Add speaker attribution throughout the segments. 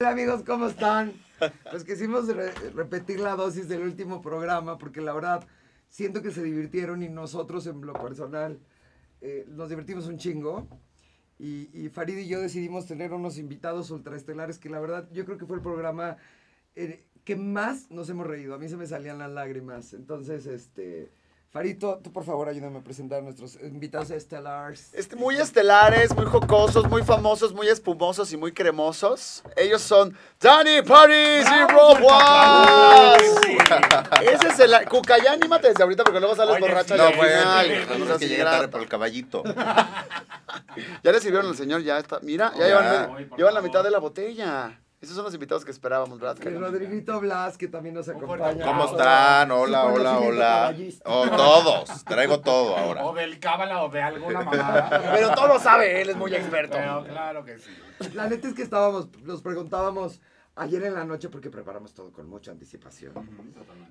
Speaker 1: Hola amigos, ¿cómo están? Pues quisimos re- repetir la dosis del último programa porque la verdad siento que se divirtieron y nosotros en lo personal eh, nos divertimos un chingo. Y, y Farid y yo decidimos tener unos invitados ultraestelares que la verdad yo creo que fue el programa eh, que más nos hemos reído. A mí se me salían las lágrimas. Entonces, este... Farito, tú por favor ayúdame a presentar a nuestros invitados estelares.
Speaker 2: Este, muy estelares, muy jocosos, muy famosos, muy espumosos y muy cremosos. Ellos son Danny Paris y Rob Watts. Ese es el... Cuca, ya anímate desde ahorita porque luego sales
Speaker 3: Oye,
Speaker 2: borracha.
Speaker 3: sí,
Speaker 2: al
Speaker 3: sí,
Speaker 2: final.
Speaker 3: sí, sí, sí,
Speaker 2: Entonces,
Speaker 4: Tenemos que
Speaker 2: así,
Speaker 4: llegar pues, tarde
Speaker 2: gra-
Speaker 4: por el caballito.
Speaker 2: Ya le sirvieron al señor, ya está. Mira, ya,
Speaker 4: Ya.
Speaker 2: llevan,
Speaker 3: Voy, por
Speaker 2: llevan la
Speaker 3: favor.
Speaker 2: mitad de la botella. Esos son los invitados que esperábamos, ¿verdad?
Speaker 1: Que Rodriguito Blas, que también nos
Speaker 3: fuerte
Speaker 1: acompaña.
Speaker 4: ¿Cómo están? Hola,
Speaker 1: Su
Speaker 4: hola,
Speaker 1: conocimiento
Speaker 4: hola.
Speaker 1: caballista.
Speaker 4: Oh, todos. Traigo todo ahora.
Speaker 3: O del cábala o de alguna mamada.
Speaker 2: Pero todo lo sabe, él es muy experto.
Speaker 3: Pero claro que sí.
Speaker 1: La neta es que estábamos, nos preguntábamos ayer en la noche porque preparamos todo con mucha anticipación.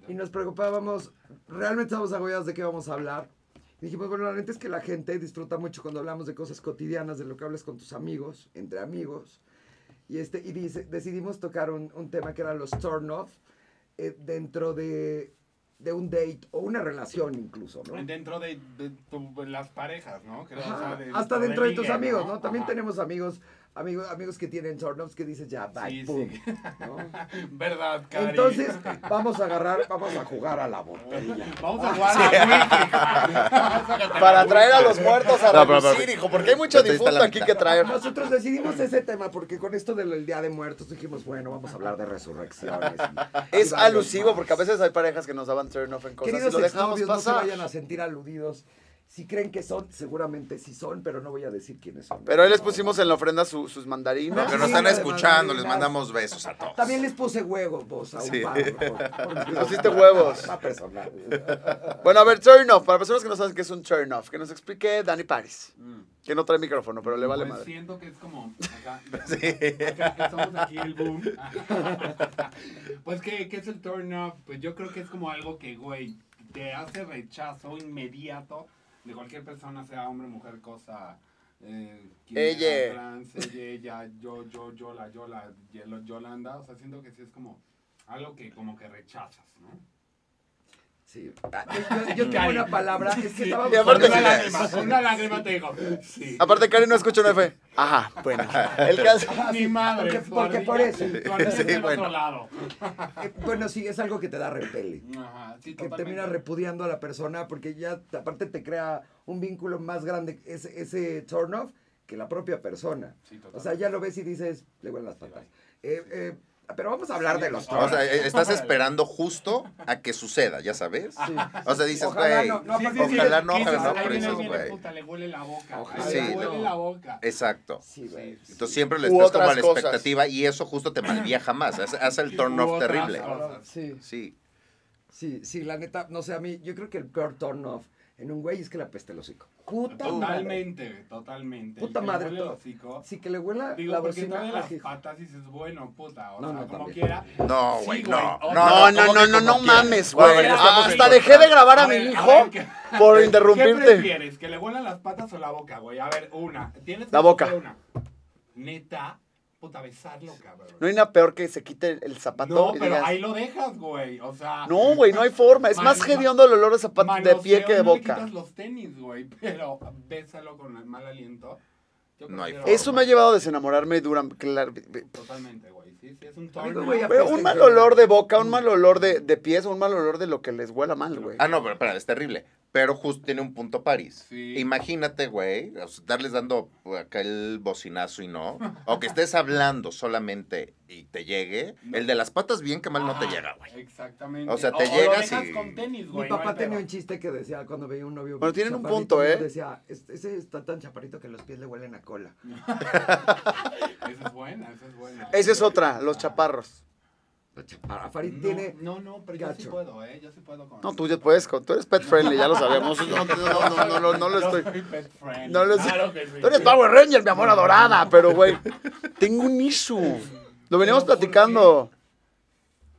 Speaker 1: Y nos preocupábamos, realmente estábamos agobiados de qué vamos a hablar. Y dijimos, bueno, la neta es que la gente disfruta mucho cuando hablamos de cosas cotidianas, de lo que hablas con tus amigos, entre amigos. Y, este, y dice- decidimos tocar un, un tema que eran los turn-off eh, dentro de, de un date o una relación incluso, ¿no?
Speaker 3: Dentro de, de tu- las parejas, ¿no? Creo, o sea,
Speaker 1: Ajá,
Speaker 3: de-
Speaker 1: hasta
Speaker 3: de
Speaker 1: dentro de, tus
Speaker 3: ligue,
Speaker 1: amigos, ¿no? También
Speaker 3: Ajá.
Speaker 1: tenemos amigos, amigos, amigos que tienen turn-offs que dices ya, bye,
Speaker 3: Sí,
Speaker 1: pum,
Speaker 3: sí.
Speaker 1: ¿no?
Speaker 3: ¿Verdad, Cari?
Speaker 1: Entonces, vamos a agarrar, vamos a jugar a la botella.
Speaker 3: Vamos a jugar a Wiki.
Speaker 2: Para traer a los muertos a
Speaker 4: No, pero, pero,
Speaker 2: reducir, hijo, porque hay mucho
Speaker 4: pero ahí está
Speaker 2: difunto
Speaker 4: la
Speaker 2: aquí
Speaker 4: mitad.
Speaker 2: que traer.
Speaker 1: Nosotros decidimos ese tema porque con esto del Día de Muertos dijimos, bueno, vamos a hablar de resurrecciones. y- y
Speaker 2: Es
Speaker 1: varios
Speaker 2: alusivo
Speaker 1: más.
Speaker 2: porque a veces hay parejas que nos daban turn off en cosas
Speaker 1: Queridos
Speaker 2: y lo dejamos
Speaker 1: exnovios, no
Speaker 2: pasar.
Speaker 1: se vayan a sentir aludidos. Si creen que son, seguramente sí son, pero no voy a decir quiénes son.
Speaker 2: Pero ahí les
Speaker 1: No.
Speaker 2: pusimos en la ofrenda su- sus mandarinas.
Speaker 4: Los que nos están escuchando, les mandamos besos a todos.
Speaker 1: También les puse huevo, vos, a un
Speaker 4: Sí.
Speaker 1: par. por- por-
Speaker 2: Pusiste huevos.
Speaker 1: Va personal.
Speaker 2: Bueno, a ver, turn off. Para personas que no saben qué es un turn off, que nos explique Dani Paris. Que no trae micrófono, pero le vale
Speaker 5: Pues
Speaker 2: madre.
Speaker 5: Siento que es como. Acá, acá que estamos aquí el boom. pues, ¿qué, ¿qué es el turn off? Pues yo creo que es como algo que, güey, te hace rechazo inmediato de cualquier persona, sea hombre, mujer, cosa. Eh, quimera,
Speaker 2: Elle.
Speaker 5: trans, elle, ella, yo, yo, yo, la, yo, la, yelo- Yolanda. O sea, siento que sí es como algo que como que rechazas, ¿no?
Speaker 1: Sí. Ah, Yo, yo tengo una palabra. Es que estábamos
Speaker 2: Y aparte-
Speaker 5: una
Speaker 1: hablando-
Speaker 5: lágrima, una lágrima te digo. Sí.
Speaker 2: Aparte, Cari no escucha un F. Ajá, bueno. El caso.
Speaker 5: Mi madre.
Speaker 1: porque-
Speaker 5: tu
Speaker 1: porque
Speaker 5: ardilla-
Speaker 1: por eso.
Speaker 5: Tu ardilla
Speaker 4: Sí,
Speaker 5: está en
Speaker 4: bueno.
Speaker 5: otro lado.
Speaker 1: Eh, Bueno, sí, es algo que te da repele.
Speaker 5: Ajá, sí,
Speaker 1: Que
Speaker 5: totalmente.
Speaker 1: termina repudiando a la persona porque ya te- aparte te crea un vínculo más grande ese, ese turn off que la propia persona.
Speaker 5: Sí, totalmente.
Speaker 1: O sea, ya lo ves y dices, le huelen las patas. Eh, eh, pero vamos a hablar de los turn
Speaker 4: O
Speaker 1: off.
Speaker 4: sea, eh, estás esperando justo a que suceda, ya sabes.
Speaker 1: Sí.
Speaker 4: O sea, dices,
Speaker 1: Ojalá
Speaker 4: güey,
Speaker 1: no- no
Speaker 5: Sí, sí, sí,
Speaker 4: ojalá
Speaker 5: sí,
Speaker 4: no,
Speaker 5: sí,
Speaker 4: ojalá
Speaker 5: sí,
Speaker 4: no,
Speaker 5: ahí
Speaker 4: por
Speaker 5: viene,
Speaker 4: eso,
Speaker 5: ahí viene,
Speaker 4: güey.
Speaker 5: puta, le huele la boca.
Speaker 1: Ojalá.
Speaker 5: Ay, le
Speaker 4: Sí,
Speaker 5: huele
Speaker 4: no. Eh,
Speaker 5: la boca.
Speaker 4: Exacto.
Speaker 1: Sí, güey.
Speaker 5: Sí, sí.
Speaker 4: Entonces siempre le
Speaker 2: U
Speaker 4: estás como a
Speaker 2: otras
Speaker 4: la
Speaker 2: cosas.
Speaker 4: expectativa y eso justo te malviaja más. Hace, hace el turn
Speaker 5: U
Speaker 4: off
Speaker 5: otras
Speaker 4: terrible.
Speaker 5: cosas.
Speaker 1: Sí.
Speaker 4: Sí.
Speaker 1: Sí, sí, la neta, no sé, a mí, yo creo que el peor turn off en un güey es que le apeste el hocico. Puta madre.
Speaker 5: Totalmente, güey, totalmente.
Speaker 1: Puta
Speaker 5: Que le
Speaker 1: madre,
Speaker 5: huele el
Speaker 1: todo.
Speaker 5: hocico.
Speaker 1: Sí, que le huela la
Speaker 5: Digo, porque
Speaker 1: bocina.
Speaker 5: trae las
Speaker 1: ají.
Speaker 5: patas y dices, bueno, puta, o
Speaker 1: No,
Speaker 5: sea,
Speaker 1: no,
Speaker 5: como
Speaker 1: también.
Speaker 5: quiera.
Speaker 4: No,
Speaker 5: Sí,
Speaker 4: güey,
Speaker 5: güey,
Speaker 4: no.
Speaker 5: o-
Speaker 2: No, no, no, no,
Speaker 4: ¿cómo que como
Speaker 2: no
Speaker 4: quieras?
Speaker 2: mames,
Speaker 4: Bueno,
Speaker 2: güey. Ah,
Speaker 4: ya estamos
Speaker 2: Hasta
Speaker 4: en-
Speaker 2: dejé de grabar a mi
Speaker 5: ver,
Speaker 2: hijo
Speaker 5: ver, ¿qué-
Speaker 2: por
Speaker 5: ¿Qué
Speaker 2: interrumpirte.
Speaker 5: prefieres? ¿Que le huelan las patas o la boca, güey? A ver, una. Tienes que
Speaker 2: La boca.
Speaker 5: escoger Una. Neta, puta, besarlo, cabrón.
Speaker 2: No hay nada peor que se quite el zapato
Speaker 5: No,
Speaker 2: y
Speaker 5: pero
Speaker 2: digas,
Speaker 5: ahí lo dejas, güey. O sea.
Speaker 2: No, güey, no hay forma. Es más
Speaker 5: Mano-
Speaker 2: hediondo el olor de zapato de
Speaker 5: Manoseo,
Speaker 2: pie que de
Speaker 5: no le
Speaker 2: boca.
Speaker 5: quitas los tenis, güey, pero bésalo con el mal aliento. Yo
Speaker 4: No hay
Speaker 5: prefiero-
Speaker 4: forma.
Speaker 2: Eso me ha llevado a desenamorarme durante... claro,
Speaker 5: Totalmente, güey. Sí, sí, es un
Speaker 1: Amigo,
Speaker 5: torno.
Speaker 1: güey,
Speaker 2: Pero
Speaker 1: Pues,
Speaker 2: un
Speaker 1: en
Speaker 2: mal
Speaker 1: general.
Speaker 2: olor de boca, un mal olor de, de pies, un mal olor de lo que les huela mal, güey.
Speaker 4: Ah, no, pero espera, es terrible. Pero justo tiene un punto París.
Speaker 5: Sí.
Speaker 4: Imagínate, güey, o sea, darles dando acá el bocinazo y no. O que estés hablando solamente y te llegue. El de las patas, bien que mal no te
Speaker 5: Ajá,
Speaker 4: llega, güey.
Speaker 5: Exactamente.
Speaker 4: O sea, te
Speaker 5: lo
Speaker 4: llegas
Speaker 5: dejas
Speaker 4: y-
Speaker 5: con tenis,
Speaker 1: Mi
Speaker 5: güey. no
Speaker 1: papá
Speaker 5: hay
Speaker 1: tenía
Speaker 5: pedo.
Speaker 1: un chiste que decía cuando veía un novio.
Speaker 2: Bueno, tienen un
Speaker 1: chaparrito,
Speaker 2: punto, ¿eh?
Speaker 1: Decía, "Este- ese está tan chaparrito que los pies le huelen a cola.
Speaker 5: Esa es buena, esa es buena.
Speaker 2: Esa es otra, los
Speaker 5: Ah.
Speaker 2: chaparros.
Speaker 1: La chaparra. Farid
Speaker 5: No,
Speaker 1: tiene.
Speaker 5: No, no, pero yo sí
Speaker 1: Gacho.
Speaker 5: puedo, ¿eh? Yo sí puedo con.
Speaker 2: No, tú ya puedes, con- tú eres pet friendly, ya lo sabíamos. No, no, no, no, no, no, no lo
Speaker 5: Yo
Speaker 2: estoy...
Speaker 5: soy pet friend.
Speaker 2: No lo estoy-
Speaker 5: claro que sí.
Speaker 2: Tú eres Power Ranger, mi amor adorada, pero, güey, tengo un issue. Lo veníamos
Speaker 5: ¿Pero por
Speaker 2: platicando.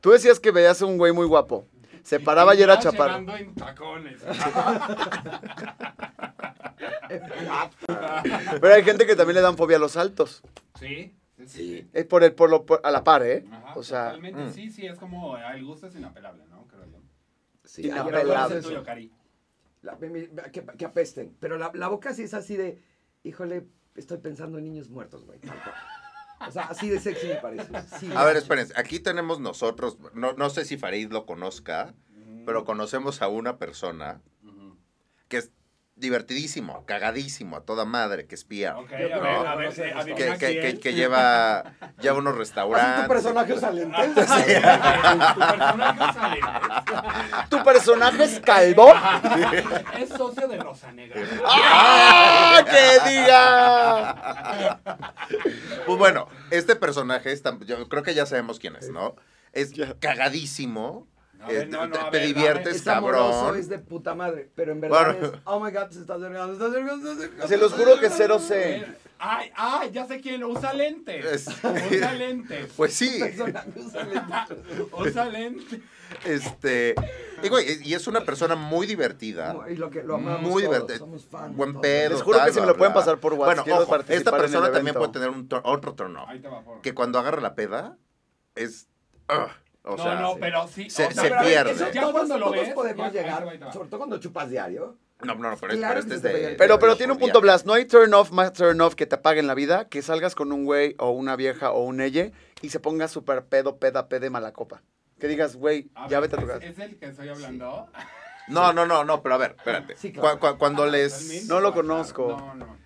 Speaker 2: Tú decías que veías a un güey muy guapo. Se paraba y era
Speaker 5: Estás
Speaker 2: chaparro.
Speaker 5: llegando en tacones. Ah,
Speaker 1: eh,
Speaker 2: Pero hay gente que también le dan fobia a los altos.
Speaker 5: Sí. Sí, sí,
Speaker 4: Sí.
Speaker 2: Es por el, por lo, por- a la par, ¿eh?
Speaker 5: Ajá,
Speaker 2: o sea,
Speaker 5: totalmente.
Speaker 4: mm.
Speaker 5: Sí, sí, es como eh, el gusto es inapelable, ¿no? Creo yo.
Speaker 1: Sí,
Speaker 2: Ah,
Speaker 1: hay
Speaker 2: pero
Speaker 1: errores
Speaker 2: Inapelable.
Speaker 1: de
Speaker 5: Es
Speaker 1: eso.
Speaker 5: el tuyo, Cari.
Speaker 1: La- me- me- que, que apesten. Pero la, la boca sí es así de, híjole, estoy pensando en niños muertos, güey. tal cual. O sea, así de sexy me parece. Sí.
Speaker 4: A ver, espérense, aquí tenemos nosotros, no, no sé si Farid lo conozca,
Speaker 5: Mm.
Speaker 4: pero conocemos a una persona que es divertidísimo, cagadísimo, a toda madre, que espía.
Speaker 5: Ok, a
Speaker 1: Yo
Speaker 5: ver,
Speaker 1: creo que
Speaker 5: a
Speaker 1: no sé,
Speaker 5: ver,
Speaker 1: pues,
Speaker 5: eh. a
Speaker 4: Que,
Speaker 5: ver.
Speaker 4: que- que- que lleva, lleva unos
Speaker 1: Así tu
Speaker 4: restaurantes.
Speaker 1: personaje usa lentes. Este
Speaker 5: Tu personaje sale.
Speaker 2: ¿Tu personaje es calvo?
Speaker 5: Es socio de Rosa Negra.
Speaker 2: ¡Ah! ¡Que diga!
Speaker 4: Pues bueno, este personaje es tan- yo creo que ya sabemos quién es, ¿no? Es cagadísimo.
Speaker 5: A ver,
Speaker 4: eh,
Speaker 5: no, no,
Speaker 4: te-
Speaker 5: a
Speaker 4: te
Speaker 5: ver,
Speaker 4: diviertes,
Speaker 1: Es amoroso,
Speaker 4: cabrón.
Speaker 1: es de puta madre. Pero en verdad
Speaker 4: Bueno.
Speaker 1: es, oh my god, se está delgando, se está delgando, se está delgando.
Speaker 2: Se los juro que cero
Speaker 5: A
Speaker 2: sé.
Speaker 5: ver, Ay, ay, ya sé quién. Usa lentes.
Speaker 4: Es-
Speaker 5: Usa lentes.
Speaker 4: Pues sí.
Speaker 1: Este Personaje usa lentes.
Speaker 5: Usa lentes.
Speaker 4: Este. Y, güey, y es una persona muy divertida.
Speaker 2: eh,
Speaker 1: Y lo que lo amamos
Speaker 4: muy
Speaker 1: todos,
Speaker 4: divertida. eh,
Speaker 1: somos fans.
Speaker 4: Buen
Speaker 1: todos.
Speaker 4: pedo.
Speaker 2: Les juro que
Speaker 4: tal,
Speaker 2: si me
Speaker 4: bla,
Speaker 2: lo pueden
Speaker 4: bla.
Speaker 2: pasar por WhatsApp,
Speaker 4: Bueno,
Speaker 2: quiero
Speaker 4: ojo, esta
Speaker 2: participar en el
Speaker 4: persona también
Speaker 2: evento.
Speaker 4: puede tener un tor- otro turno.
Speaker 5: Ahí te va, por.
Speaker 4: Que cuando agarra la peda, es. ugh, o
Speaker 5: no,
Speaker 4: sea,
Speaker 5: no,
Speaker 4: sí.
Speaker 5: pero sí.
Speaker 4: Se-
Speaker 5: o sea,
Speaker 4: se
Speaker 5: pero a ver,
Speaker 4: pierde.
Speaker 5: eso Ya
Speaker 1: todos,
Speaker 5: cuando lo
Speaker 1: todos
Speaker 5: ves.
Speaker 1: podemos
Speaker 5: ya, ahí
Speaker 1: llegar,
Speaker 5: te va, ahí te va.
Speaker 1: sobre todo cuando chupas diario.
Speaker 4: No, no, no, pero, es-
Speaker 1: Claro
Speaker 4: pero
Speaker 1: que
Speaker 4: este es
Speaker 1: se
Speaker 4: de.
Speaker 1: puede.
Speaker 2: Pero, pero tiene un punto
Speaker 4: blanco.
Speaker 2: Blas. No hay turn off más turn off que te apague en la vida que salgas con un güey o una vieja o un elle y se ponga súper pedo, peda, pede, mala copa. Que digas, güey,
Speaker 5: A
Speaker 2: ya
Speaker 5: ver,
Speaker 2: vete a tu
Speaker 5: ¿es-
Speaker 2: casa.
Speaker 5: ¿Es el que estoy hablando?
Speaker 4: No, no, no, no, pero a ver, espérate.
Speaker 1: Sí,
Speaker 4: Cu-
Speaker 1: claro.
Speaker 4: cu- cuando les.
Speaker 5: Totalmente.
Speaker 2: No lo
Speaker 5: Claro,
Speaker 2: conozco.
Speaker 5: No, no.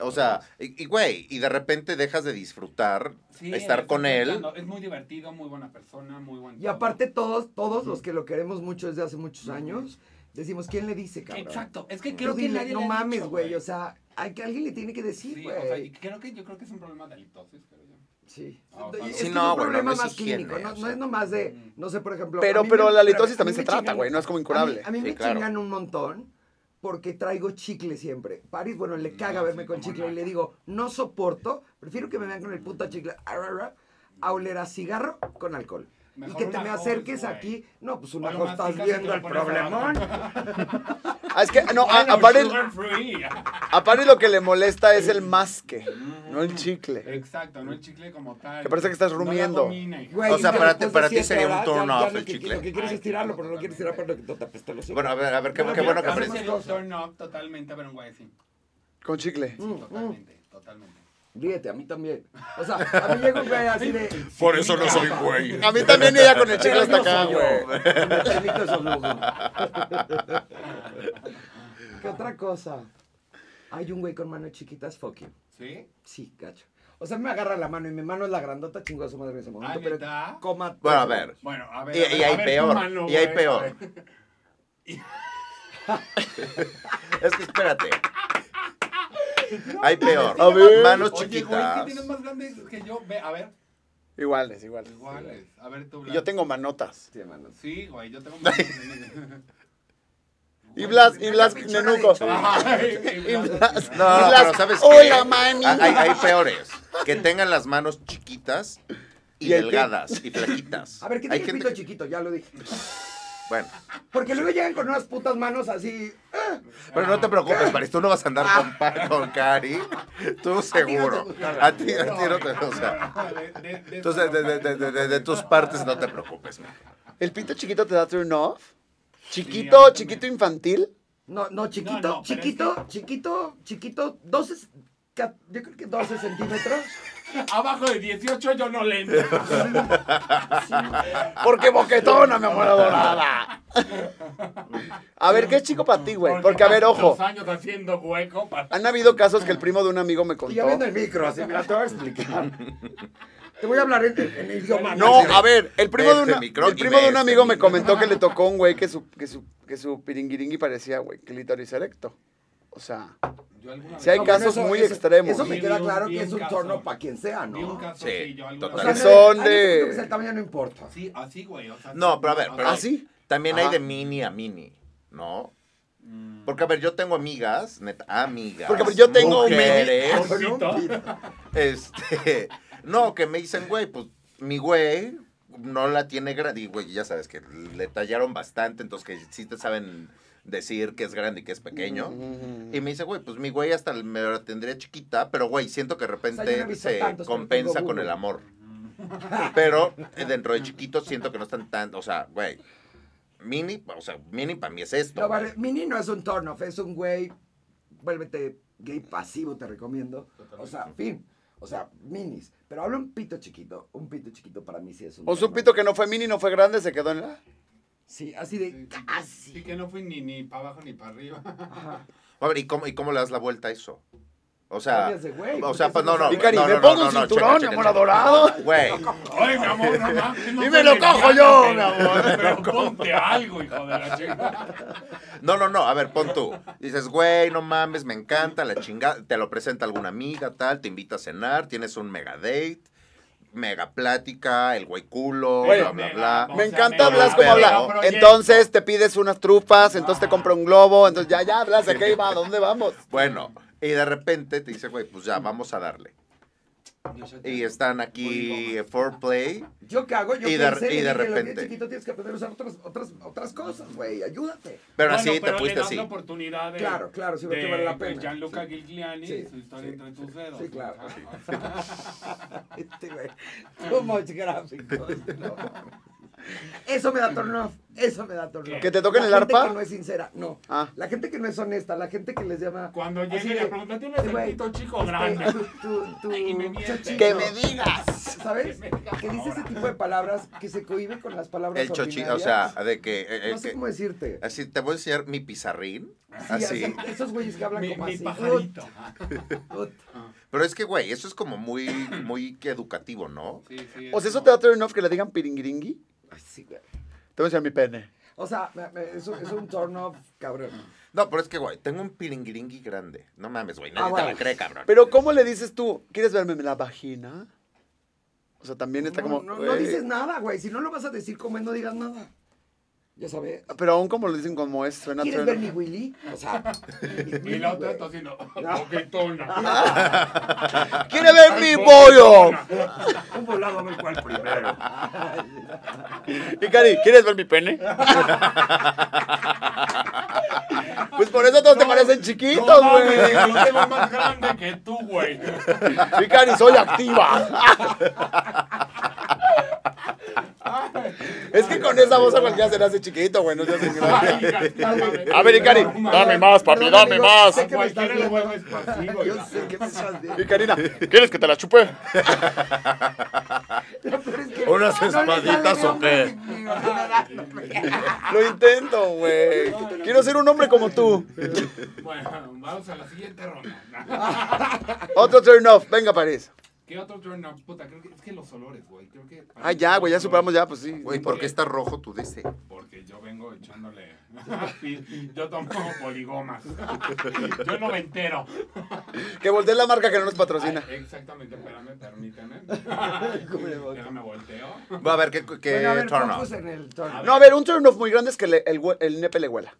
Speaker 4: O sea, y y, güey, y de repente dejas de disfrutar
Speaker 5: Sí,
Speaker 4: estar
Speaker 5: estoy
Speaker 4: con él.
Speaker 5: pensando, Es muy divertido, muy buena persona, muy buen.
Speaker 1: Y
Speaker 5: todo.
Speaker 1: aparte todos, todos los que lo queremos mucho desde hace muchos años, decimos, ¿quién le dice, cabrón?
Speaker 5: Exacto. Es que
Speaker 1: Tú
Speaker 5: creo que
Speaker 1: dile,
Speaker 5: nadie
Speaker 1: no
Speaker 5: le ha
Speaker 1: mames,
Speaker 5: dicho,
Speaker 1: güey, o sea, hay que alguien le tiene que decir,
Speaker 5: Sí,
Speaker 1: güey.
Speaker 5: o sea, y creo que yo creo que es un problema de halitosis, creo yo.
Speaker 1: Sí.
Speaker 5: Ah, o
Speaker 1: Y
Speaker 5: sea,
Speaker 1: es
Speaker 5: sí,
Speaker 1: que
Speaker 4: no,
Speaker 1: es un
Speaker 4: bueno,
Speaker 1: problema
Speaker 4: no es
Speaker 1: más
Speaker 4: higiene,
Speaker 1: clínico, no,
Speaker 4: o
Speaker 1: no
Speaker 4: sea.
Speaker 1: es nomás de, no sé, por ejemplo. a
Speaker 2: Pero,
Speaker 1: mí
Speaker 2: pero
Speaker 1: me-
Speaker 2: la
Speaker 1: pero a
Speaker 2: halitosis
Speaker 1: mí
Speaker 2: también se
Speaker 1: me
Speaker 2: trata,
Speaker 1: chingan-
Speaker 2: güey, no es como
Speaker 1: A
Speaker 2: incurable.
Speaker 1: mí, a mí
Speaker 4: Sí,
Speaker 1: me
Speaker 4: claro.
Speaker 1: chingan un montón porque traigo chicle siempre. París, bueno,
Speaker 4: Mm,
Speaker 1: le caga
Speaker 5: No,
Speaker 1: verme
Speaker 5: sí,
Speaker 1: con
Speaker 5: cómo
Speaker 1: chicle
Speaker 5: no.
Speaker 1: y le digo, no soporto, prefiero que me vean con el puto chicle, arra, arra, a oler a cigarro con alcohol.
Speaker 5: Mejor
Speaker 1: y que te
Speaker 5: una
Speaker 1: me
Speaker 5: Halls,
Speaker 1: acerques
Speaker 5: güey.
Speaker 1: aquí, no, pues
Speaker 5: O
Speaker 1: una
Speaker 5: lo
Speaker 1: cosa estás
Speaker 5: masticas y te
Speaker 1: viendo
Speaker 5: lo
Speaker 1: el
Speaker 5: pones abajo.
Speaker 1: problemón.
Speaker 2: Ah, es que, no, a,
Speaker 5: Bueno,
Speaker 2: a Pari-
Speaker 5: sugar free.
Speaker 2: a Pari lo que le molesta es el masque, no el chicle.
Speaker 5: Exacto, no el chicle como tal.
Speaker 2: Que parece que estás
Speaker 5: No la
Speaker 2: rumiendo.
Speaker 5: domina, hija.
Speaker 1: Güey,
Speaker 4: O sea,
Speaker 1: ya
Speaker 4: para
Speaker 1: después
Speaker 4: ti-
Speaker 1: de
Speaker 4: para ti
Speaker 1: siete
Speaker 4: sería un
Speaker 1: horas,
Speaker 4: turn
Speaker 1: ya- ya
Speaker 4: off
Speaker 1: lo
Speaker 4: el
Speaker 1: que-
Speaker 4: chicle.
Speaker 1: Lo que quieres
Speaker 5: Ay,
Speaker 1: es tirarlo,
Speaker 5: claro,
Speaker 1: pero no lo quieres tirar
Speaker 5: totalmente.
Speaker 1: para que no te apeste los
Speaker 4: Bueno, a ver, a ver, qué,
Speaker 1: Bueno,
Speaker 4: qué bueno que
Speaker 1: pero-
Speaker 5: Parece
Speaker 4: aprendiste.
Speaker 5: ser un turn off totalmente, pero un güey así.
Speaker 2: Con chicle.
Speaker 5: Sí, totalmente, totalmente.
Speaker 1: Ríete, a mí también. O sea, a mí llega un güey así de.
Speaker 4: Por eso no soy güey.
Speaker 2: A mí también ella con el chicle
Speaker 1: Pero
Speaker 2: hasta
Speaker 1: no
Speaker 2: acá,
Speaker 1: soy yo,
Speaker 2: güey.
Speaker 1: Me permito esos lujos. ¿Qué otra cosa? Hay un güey con manos chiquitas, fuck you.
Speaker 5: ¿Sí?
Speaker 1: Sí, gacho. O sea, me agarra la mano y mi mano es la grandota, chingo a su madre en ese momento.
Speaker 5: Ah,
Speaker 1: Pero
Speaker 5: ¿neta?
Speaker 1: coma.
Speaker 4: Bueno, a ver.
Speaker 5: Bueno, a ver.
Speaker 4: Y,
Speaker 5: a ver,
Speaker 4: y
Speaker 5: a
Speaker 4: hay
Speaker 5: ver tu
Speaker 4: peor.
Speaker 5: mano,
Speaker 4: y hay
Speaker 5: güey.
Speaker 4: peor. es que espérate. Hay peor.
Speaker 2: A ver.
Speaker 4: Manos
Speaker 5: Oye, güey, es que
Speaker 4: chiquitas.
Speaker 5: tienes más grandes que yo. Ve, a ver.
Speaker 2: Iguales, iguales.
Speaker 5: Iguales. A ver, tú,
Speaker 2: Y Yo tengo manotas.
Speaker 1: Sí, manos.
Speaker 5: Sí, güey, yo tengo más
Speaker 2: Y Blas, y Blas, nenuco. Y Blas,
Speaker 4: No, no,
Speaker 2: y Blas,
Speaker 4: Ah, pero ¿sabes qué?
Speaker 2: hola, mami.
Speaker 4: Ah, Hay, hay peores. Que tengan las manos chiquitas y,
Speaker 2: Y el pie.
Speaker 4: delgadas y flaquitas.
Speaker 1: A ver, ¿qué tiene
Speaker 4: hay
Speaker 1: el
Speaker 4: gente
Speaker 1: pito
Speaker 4: que-
Speaker 1: chiquito? Ya lo dije.
Speaker 4: Bueno,
Speaker 1: Porque luego llegan con unas putas manos así.
Speaker 4: pero no te preocupes, Paris. Tú no vas a andar
Speaker 2: Ah.
Speaker 4: con, pa- con Cari. Tú seguro. A ti, a ti no te. O sea. Entonces, de, de- de- de- de- de tus partes no te preocupes. man.
Speaker 2: ¿El pito chiquito te da turn off?
Speaker 5: Sí, a mí
Speaker 2: ¿Chiquito,
Speaker 5: también.
Speaker 2: chiquito infantil?
Speaker 1: No, no, chiquito,
Speaker 5: No, no, pero
Speaker 1: chiquito,
Speaker 5: es
Speaker 1: chiquito, chiquito, 12. ca- Yo creo que 12 centímetros.
Speaker 5: Abajo de 18 yo no le entro.
Speaker 2: Porque boquetona, mi amor adorada. A ver, ¿qué es chico para ti, güey? Porque, a ver, ojo, Ah,
Speaker 5: Dos años haciendo hueco para...
Speaker 2: han habido casos que el primo de un amigo me
Speaker 1: Y
Speaker 2: contó.
Speaker 1: ya viendo el micro, así, mira, te voy a explicar. te voy a hablar en, en el idioma.
Speaker 2: No,
Speaker 1: nacional.
Speaker 2: a ver, el primo
Speaker 4: Ve
Speaker 2: de,
Speaker 4: este
Speaker 2: una-
Speaker 4: micro
Speaker 2: el
Speaker 4: y
Speaker 2: primo
Speaker 4: ve
Speaker 2: de un
Speaker 4: este
Speaker 2: amigo me
Speaker 4: micro.
Speaker 2: comentó que le tocó un güey que su, que su, que su piringuiringui parecía, güey, clítoris erecto. O sea,
Speaker 5: Yo alguna vez
Speaker 2: Si hay
Speaker 1: No, bueno,
Speaker 2: casos
Speaker 1: eso-
Speaker 2: muy
Speaker 1: eso-
Speaker 2: extremos.
Speaker 1: Eso me
Speaker 5: Sí,
Speaker 1: queda
Speaker 5: vi un-
Speaker 1: claro
Speaker 5: vi
Speaker 1: que
Speaker 5: un
Speaker 1: es un
Speaker 5: caso.
Speaker 1: torno para quien sea,
Speaker 5: vi un
Speaker 1: ¿no?
Speaker 5: caso,
Speaker 4: Sí,
Speaker 5: sí, yo alguna
Speaker 1: O
Speaker 4: total.
Speaker 1: sea,
Speaker 5: vez-
Speaker 1: no-
Speaker 2: Son
Speaker 1: ay,
Speaker 2: de-
Speaker 1: no, pues, El tamaño no importa.
Speaker 5: Sí, así, güey. O sea,
Speaker 4: No,
Speaker 5: sí,
Speaker 4: pero a ver, pero
Speaker 2: ¿Ah, sí?
Speaker 4: también
Speaker 2: Ajá.
Speaker 4: hay de mini a mini, ¿no? Porque, a ver, yo tengo amigas, neta, amigas.
Speaker 2: Porque, a ver, yo tengo un mini-
Speaker 4: mujeres,
Speaker 1: Con un
Speaker 5: poquito.
Speaker 1: pito.
Speaker 4: este, no, que me dicen, güey, pues, mi güey no la tiene grande, y güey, ya sabes que le tallaron bastante, entonces que sí te saben decir que es grande y que es pequeño. Y me dice, güey, pues mi güey hasta me la tendría chiquita, pero güey, siento que de repente
Speaker 1: O sea, yo no he visto
Speaker 4: se
Speaker 1: tantos, pero
Speaker 4: compensa
Speaker 1: tengo
Speaker 4: con
Speaker 1: uno.
Speaker 4: el amor. Pero eh, dentro de chiquitos siento que no están tan, o sea, güey, mini, o sea, mini para mí es esto.
Speaker 1: No,
Speaker 4: güey.
Speaker 1: vale, Mini no es un turn off, es un güey, vuélvete gay pasivo, te recomiendo. O sea, fin. O sea, minis. Pero hablo un pito chiquito. Un pito chiquito para mí sí es un.
Speaker 2: O
Speaker 1: turn
Speaker 2: su
Speaker 1: off.
Speaker 2: pito que no fue mini, no fue grande, se quedó en la...
Speaker 1: Sí, así de casi.
Speaker 5: Sí, que no fui ni, ni para abajo ni para arriba.
Speaker 1: Ajá.
Speaker 4: A ver, ¿y cómo, ¿y cómo le das la vuelta a eso? O sea,
Speaker 1: Cambias de güey,
Speaker 4: o
Speaker 1: porque
Speaker 4: sea,
Speaker 1: eso
Speaker 4: pues
Speaker 1: no
Speaker 4: no, no,
Speaker 1: sabe.
Speaker 2: Vicari,
Speaker 4: no,
Speaker 2: ¿me
Speaker 4: no,
Speaker 2: pongo
Speaker 4: no,
Speaker 2: un
Speaker 4: no,
Speaker 2: cinturón,
Speaker 4: checa,
Speaker 2: mi
Speaker 4: checa,
Speaker 2: amor
Speaker 4: checa.
Speaker 2: adorado?
Speaker 4: Güey,
Speaker 3: Ay, mi amor, no mames. no
Speaker 2: Y me
Speaker 3: soy
Speaker 2: lo
Speaker 3: lesbiana,
Speaker 2: cojo yo, mi
Speaker 3: pero-
Speaker 2: amor, me
Speaker 3: Pero ponte algo, hijo de la chingada.
Speaker 4: no, no, no, a ver, pon tú. Dices, güey, no mames, me encanta, la chingada, te lo presenta alguna amiga, tal, te invita a cenar, tienes un mega date, mega plática, el güey culo,
Speaker 2: Güey,
Speaker 4: bla, bla, bla.
Speaker 3: O
Speaker 2: Me
Speaker 3: sea,
Speaker 2: encanta
Speaker 4: me
Speaker 2: hablar
Speaker 4: da
Speaker 2: como
Speaker 4: pena.
Speaker 2: habla.
Speaker 5: Proyecto.
Speaker 2: Entonces te pides unas trufas, entonces te compra un globo, entonces ya, ya hablas, ¿a qué iba? ¿A dónde vamos?
Speaker 4: Bueno, y de repente te dice, güey, pues ya, vamos a darle. Y están aquí eh, foreplay.
Speaker 1: Yo qué hago, yo
Speaker 4: Y de-
Speaker 1: pensé,
Speaker 4: y
Speaker 1: le dije,
Speaker 4: de
Speaker 1: lo que es
Speaker 4: repente.
Speaker 1: chiquito tienes que aprender a usar otras, otras, otras cosas, güey. Ayúdate.
Speaker 4: Pero
Speaker 3: Bueno,
Speaker 4: así te
Speaker 3: pero le
Speaker 4: fuiste
Speaker 3: das
Speaker 4: así.
Speaker 3: la oportunidad de-
Speaker 1: Claro, claro, sí, porque
Speaker 3: de-
Speaker 1: vale la
Speaker 3: de
Speaker 1: pena.
Speaker 3: Gianluca
Speaker 1: Sí.
Speaker 3: Gigliani,
Speaker 1: Sí,
Speaker 3: su historia
Speaker 1: sí,
Speaker 3: entre tus dedos.
Speaker 1: sí, claro.
Speaker 3: Ah, o sea,
Speaker 1: Este güey. Too much gráficos. No. Eso me da turn off. Eso me da turn off.
Speaker 2: ¿Que te toquen
Speaker 1: La
Speaker 2: el
Speaker 1: gente
Speaker 2: arpa?
Speaker 1: que no es sincera. No.
Speaker 2: Ah.
Speaker 1: La gente que no es honesta, la gente que les llama.
Speaker 3: Cuando
Speaker 1: así
Speaker 3: llegue
Speaker 1: de,
Speaker 3: le pregunta, ¿tienes el
Speaker 1: güey,
Speaker 3: pito chico o
Speaker 1: este,
Speaker 3: grande?
Speaker 1: tu- tu-
Speaker 3: Y me miente.
Speaker 1: chochito.
Speaker 2: ¡Que me digas!
Speaker 1: ¿Sabes? Que dice ese tipo de palabras que se cohibe con las palabras.
Speaker 4: El chochi, o
Speaker 1: ordinarias.
Speaker 4: sea, de que. eh, eh,
Speaker 1: No sé
Speaker 4: que-
Speaker 1: cómo decirte.
Speaker 4: así, te voy a enseñar mi pizarrín.
Speaker 1: Sí,
Speaker 4: Así.
Speaker 1: así, Esos güeyes que hablan
Speaker 3: mi,
Speaker 1: como
Speaker 3: mi
Speaker 1: así.
Speaker 3: pajarito.
Speaker 1: ut, ut.
Speaker 4: Pero es que, güey, eso es como muy, muy que educativo, ¿no?
Speaker 5: Sí, sí,
Speaker 2: O sea,
Speaker 5: es
Speaker 2: ¿eso
Speaker 5: como-
Speaker 2: te da turn off que le digan piringiringui?
Speaker 1: Así, güey.
Speaker 2: Te voy a enseñar mi pene.
Speaker 1: O sea, me- me- es, un- es un turn off, cabrón.
Speaker 4: No, pero es que, güey, tengo un piringiringui grande. No mames, güey, nadie
Speaker 1: Ah,
Speaker 4: te
Speaker 1: bueno.
Speaker 4: la cree, cabrón.
Speaker 2: Pero ¿cómo le dices tú? ¿Quieres verme la vagina? O sea, también está
Speaker 1: no,
Speaker 2: como...
Speaker 1: no, no
Speaker 2: güey.
Speaker 1: dices nada, güey. Si no lo vas a decir como es, no digas nada. Ya sabes.
Speaker 2: eh, Pero aún como lo dicen como es, suena
Speaker 1: ¿Quieres
Speaker 2: turn
Speaker 1: ver
Speaker 2: off.
Speaker 1: mi Willy? O sea.
Speaker 3: Y la otra está haciendo coquetona.
Speaker 1: Ah.
Speaker 2: ¡Quiere ver mi bollo!
Speaker 1: Un volado a ver cuál primero.
Speaker 2: Y Cari, ¿quieres ver mi pene? pues por eso todos te parecen chiquitos,
Speaker 3: No mames,
Speaker 2: güey.
Speaker 3: Lo tengo más grande que tú, güey.
Speaker 2: Y Cari, soy activa. es que con esa voz a cualquiera se le hace chiquito, güey. No se hace grande. A ver, Icari, dame más, papi,
Speaker 1: Perdón,
Speaker 2: dame
Speaker 1: amigo,
Speaker 2: más.
Speaker 1: sé
Speaker 3: A
Speaker 1: que me
Speaker 3: cualquiera
Speaker 1: estás
Speaker 3: le
Speaker 1: viendo.
Speaker 3: vuelves pasivo.
Speaker 1: Yo
Speaker 3: hija.
Speaker 1: sé que me estás viendo.
Speaker 2: Y Karina, ¿quieres que te la chupe?
Speaker 1: Lo peor es que
Speaker 4: ¿Unas
Speaker 1: no le sale
Speaker 4: espaditas
Speaker 1: ni
Speaker 4: o
Speaker 1: hombre
Speaker 4: qué?
Speaker 1: ni- ni- ni-
Speaker 2: Lo intento, güey. Quiero ser un hombre como tú.
Speaker 5: Bueno, vamos a la siguiente ronda.
Speaker 2: Otro turn off. Venga, París.
Speaker 5: ¿Qué otro turn up? Puta, creo que es que los olores, güey. Creo que. para
Speaker 2: Ah,
Speaker 5: mí
Speaker 2: ya,
Speaker 5: los
Speaker 2: güey, ya
Speaker 5: olores,
Speaker 2: superamos ya, pues sí.
Speaker 4: Güey, ¿por qué está rojo tu DC?
Speaker 5: Porque yo vengo echándole. yo tomo poligomas.
Speaker 3: Yo no me entero.
Speaker 2: Que volteé la marca que no nos patrocina.
Speaker 5: Exactamente, espérame, permíteme. Déjame volteo.
Speaker 4: Va a ver qué, qué
Speaker 1: Bueno, a ver,
Speaker 4: turn
Speaker 1: focus
Speaker 4: off.
Speaker 1: en el turn off.
Speaker 2: No, a ver, un turn off muy grande es que le- el, hue- el nepe le huela.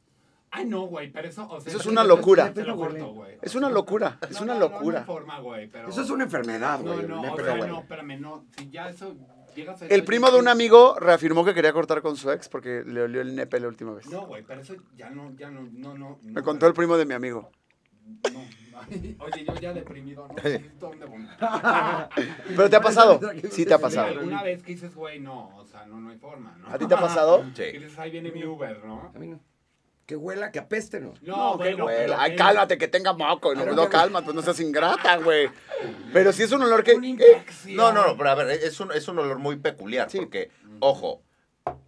Speaker 5: Ay, no, güey, pero eso. O sea,
Speaker 2: Eso es
Speaker 5: que
Speaker 2: una
Speaker 5: te-
Speaker 2: locura.
Speaker 5: te lo corto, güey.
Speaker 2: Es una locura,
Speaker 5: No,
Speaker 2: es
Speaker 5: no,
Speaker 2: una
Speaker 5: no,
Speaker 2: locura.
Speaker 5: No, hay forma, güey, pero...
Speaker 1: Eso es una enfermedad,
Speaker 5: No,
Speaker 1: güey.
Speaker 5: no,
Speaker 1: el
Speaker 5: o
Speaker 1: nepe
Speaker 5: sea,
Speaker 1: de
Speaker 5: no,
Speaker 1: huele.
Speaker 5: espérame, no. Si ya eso. Llegas a eso,
Speaker 2: El primo
Speaker 5: ya-
Speaker 2: de un amigo reafirmó que quería cortar con su ex porque le olió el nepe la última vez.
Speaker 5: No, güey, pero eso ya no, ya no, no, no.
Speaker 2: Me contó el primo de mi amigo.
Speaker 5: No. Oye, yo ya deprimido, no sé dónde vomitar.
Speaker 2: ¿Pero te ha pasado? Sí, te ha
Speaker 5: Pasado.
Speaker 2: pasado.
Speaker 5: Alguna vez que dices, güey, no, o sea, no, no hay forma, ¿no?
Speaker 2: ¿A ti te ha pasado?
Speaker 5: Que dices, ahí viene mi Uber, ¿no?
Speaker 1: A mí no. Que huela, que apeste, ¿no?
Speaker 5: No,
Speaker 2: que
Speaker 5: Ah, bueno,
Speaker 2: huela.
Speaker 5: pero
Speaker 2: Ay,
Speaker 5: que-
Speaker 2: cálmate, que tenga moco. No,
Speaker 1: Pero
Speaker 2: no,
Speaker 1: que-
Speaker 2: cálmate, pues no seas ingrata, güey. Pero si es un olor que...
Speaker 5: Una
Speaker 2: eh,
Speaker 5: infección.
Speaker 4: No, no, no, pero a ver, es un, es un olor muy peculiar,
Speaker 2: Sí.
Speaker 4: porque, ojo,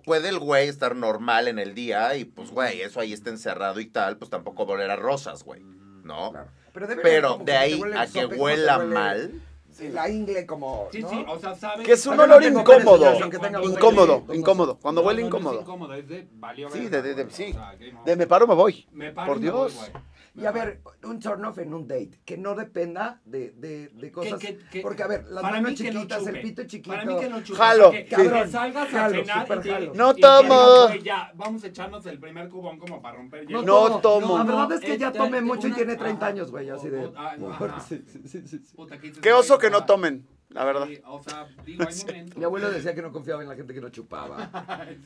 Speaker 4: puede el güey estar normal en el día y, pues, güey, eso ahí está encerrado y tal, pues tampoco va a oler a rosas, güey, ¿no?
Speaker 1: Claro. Pero, debe oler
Speaker 4: Pero
Speaker 1: como que
Speaker 4: de
Speaker 1: te
Speaker 4: ahí
Speaker 1: huele el
Speaker 4: a que
Speaker 1: sope, como te
Speaker 4: huela
Speaker 1: huele
Speaker 4: mal,
Speaker 1: Sí, la ingle como.
Speaker 5: Sí,
Speaker 1: ¿no?
Speaker 5: sí, o sea, sabes...
Speaker 2: Que es un
Speaker 1: Yo no
Speaker 2: olor
Speaker 1: tengo penes,
Speaker 2: incómodo.
Speaker 1: aunque tenga
Speaker 5: voz de
Speaker 2: Incómodo,
Speaker 1: que-
Speaker 2: incómodo. Cuando
Speaker 5: No,
Speaker 2: huele
Speaker 5: no, no es
Speaker 2: incómodo.
Speaker 5: incómodo, es de valió
Speaker 2: Sí,
Speaker 5: verga,
Speaker 2: de- de- de-
Speaker 5: güey,
Speaker 2: sí.
Speaker 5: o sea, game
Speaker 2: De
Speaker 5: over.
Speaker 2: me paro, me voy.
Speaker 5: Me paro
Speaker 2: Por
Speaker 5: y me voy,
Speaker 2: Dios.
Speaker 5: güey. Me
Speaker 1: Y a
Speaker 5: paro.
Speaker 1: ver, un turn off en un date, que no dependa de, de, de cosas.
Speaker 5: que- que-
Speaker 1: porque, a ver, las
Speaker 5: para
Speaker 1: manos
Speaker 5: mí que no
Speaker 1: chiquitas, el
Speaker 5: chupe.
Speaker 1: pito chiquito.
Speaker 5: Para mí que no chupe.
Speaker 2: Jalo,
Speaker 5: O sea, que,
Speaker 1: sí.
Speaker 5: que salgas
Speaker 1: Jalo,
Speaker 5: a cenar
Speaker 1: súper
Speaker 5: y te-
Speaker 1: jalo.
Speaker 2: No
Speaker 5: y te digas,
Speaker 2: tomo.
Speaker 5: "Güey, ya, vamos a echarnos el primer cubón como para romper
Speaker 1: No
Speaker 5: hielo".
Speaker 2: No tomo. tomo.
Speaker 1: La verdad es que ya
Speaker 5: esta-
Speaker 1: tomé mucho y
Speaker 5: una-
Speaker 1: tiene 30
Speaker 5: ajá.
Speaker 1: años, güey, así
Speaker 5: O-
Speaker 1: de.
Speaker 5: o- ah, ajá.
Speaker 1: Sí, sí, sí, sí, sí.
Speaker 5: Puta, ¿qué dices,
Speaker 2: Qué
Speaker 5: güey?
Speaker 2: oso que no
Speaker 5: Ah,
Speaker 2: tomen. la verdad.
Speaker 5: Sí, o sea, digo, hay momentos.
Speaker 1: Mi abuelo decía que no confiaba en la gente que no chupaba.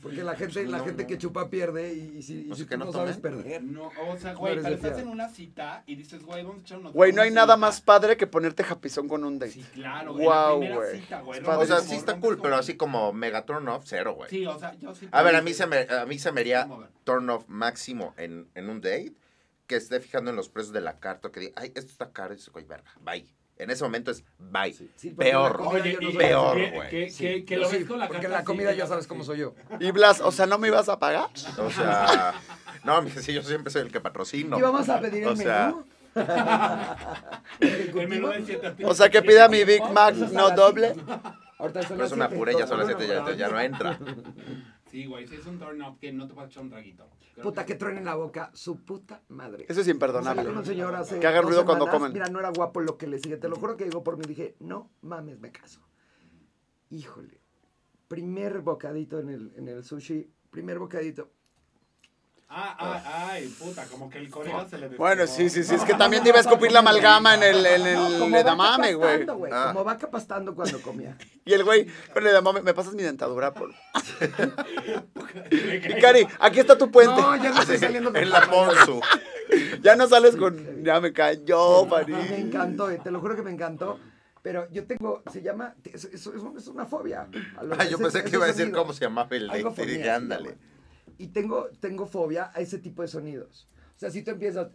Speaker 1: Porque la gente,
Speaker 5: Pues
Speaker 1: la
Speaker 4: No,
Speaker 1: gente
Speaker 4: no.
Speaker 1: que chupa pierde y, y si, y si
Speaker 4: O sea, Pues que
Speaker 1: tú
Speaker 4: no
Speaker 1: no sabes
Speaker 4: tome.
Speaker 1: perder.
Speaker 5: No, o sea,
Speaker 1: No
Speaker 5: güey,
Speaker 1: eres
Speaker 5: pero
Speaker 1: de
Speaker 5: estás
Speaker 1: fiar.
Speaker 5: en una cita y dices, güey, vamos a echar unos
Speaker 2: Güey, no
Speaker 5: unos
Speaker 2: hay nada
Speaker 5: cita.
Speaker 2: más padre que ponerte japizón con un date.
Speaker 5: Sí, claro, güey.
Speaker 2: Guau,
Speaker 5: Wow,
Speaker 2: güey.
Speaker 5: güey. Cita, güey.
Speaker 2: Es
Speaker 5: rompes
Speaker 4: O sea,
Speaker 5: como-
Speaker 4: sí está
Speaker 5: rompes
Speaker 4: cool,
Speaker 5: como-
Speaker 4: pero así como mega turn off, cero, güey.
Speaker 5: Sí, o sea, yo sí.
Speaker 4: A ver, a
Speaker 5: pienso-
Speaker 4: mí se me, a mí se me haría
Speaker 5: ¿Cómo ver?
Speaker 4: turn off máximo en, en un date que esté fijando en los precios de la carta, que diga, ay, esto está caro, y dice, güey, verga, bye. En ese momento es bye.
Speaker 1: Sí, porque
Speaker 4: Peor.
Speaker 1: la comida
Speaker 5: Oye,
Speaker 1: yo no
Speaker 5: y-
Speaker 1: soy-
Speaker 4: peor,
Speaker 5: que-
Speaker 4: güey.
Speaker 5: Que,
Speaker 1: Sí,
Speaker 5: que, que
Speaker 1: yo
Speaker 5: lo
Speaker 1: sí,
Speaker 5: ves con la
Speaker 1: Porque
Speaker 5: carta
Speaker 1: la comida
Speaker 5: así,
Speaker 1: ya
Speaker 5: güey,
Speaker 1: sabes
Speaker 5: sí.
Speaker 1: cómo soy yo.
Speaker 2: Y Blas, o sea, ¿no me ibas a pagar?
Speaker 4: O sea, no, mi sí, yo siempre soy el que patrocino.
Speaker 1: ¿Y vamos a pedir el
Speaker 4: O sea,
Speaker 1: menú?
Speaker 5: El menú de siete
Speaker 2: O sea, que pida mi Big
Speaker 4: Ah,
Speaker 2: Mac,
Speaker 1: Eso es a
Speaker 2: no
Speaker 1: las
Speaker 2: doble.
Speaker 1: Ahorita son
Speaker 4: No es
Speaker 1: las
Speaker 4: una
Speaker 1: siete.
Speaker 4: purella, son las
Speaker 1: Bueno,
Speaker 4: 7, ya,
Speaker 1: bueno.
Speaker 4: ya no entra.
Speaker 5: Sí, güey, sí es un turn up que no te vas a echar un traguito. Creo
Speaker 1: Puta, que truene en la boca su puta madre.
Speaker 2: Eso es
Speaker 1: Salí con un
Speaker 2: imperdonable.
Speaker 1: señor hace
Speaker 2: Que hagan
Speaker 1: dos
Speaker 2: ruido cuando
Speaker 1: semanas,
Speaker 2: comen.
Speaker 1: Mira, no era guapo lo que le sigue. Te lo juro que llegó por mí y dije, no mames, me caso. Híjole. Primer bocadito en el, en el sushi. Primer bocadito.
Speaker 5: Ah, ah, ay, puta, como que el colega se le despegó.
Speaker 2: Bueno, sí, sí, sí. Es que también te iba a escupir la amalgama en el, en el
Speaker 1: Como vaca
Speaker 2: edamame, güey.
Speaker 1: pastando, güey.
Speaker 4: Ah.
Speaker 1: Como vaca pastando cuando comía.
Speaker 2: Y el güey con el edamame, me pasas mi dentadura, por.
Speaker 5: Le
Speaker 2: Y
Speaker 5: cae-
Speaker 2: Cari, aquí está tu puente.
Speaker 1: No, ya no estoy saliendo con
Speaker 4: En la Monsu.
Speaker 2: Ya no sales con. Ya me cayó, Pari.
Speaker 1: Me encantó, eh, te lo juro que me encantó. Pero yo tengo, se llama, es, es- es un- es una fobia. a lo-
Speaker 4: Ah, yo
Speaker 1: ese-
Speaker 4: pensé que
Speaker 1: ese
Speaker 4: iba a decir
Speaker 1: sonido.
Speaker 4: cómo se llamaba el
Speaker 1: Algo
Speaker 4: date. Y
Speaker 1: fobia,
Speaker 4: dije,
Speaker 1: se
Speaker 4: ándale.
Speaker 1: llama. Y tengo, tengo fobia a ese tipo de sonidos. O sea, si tú empiezas,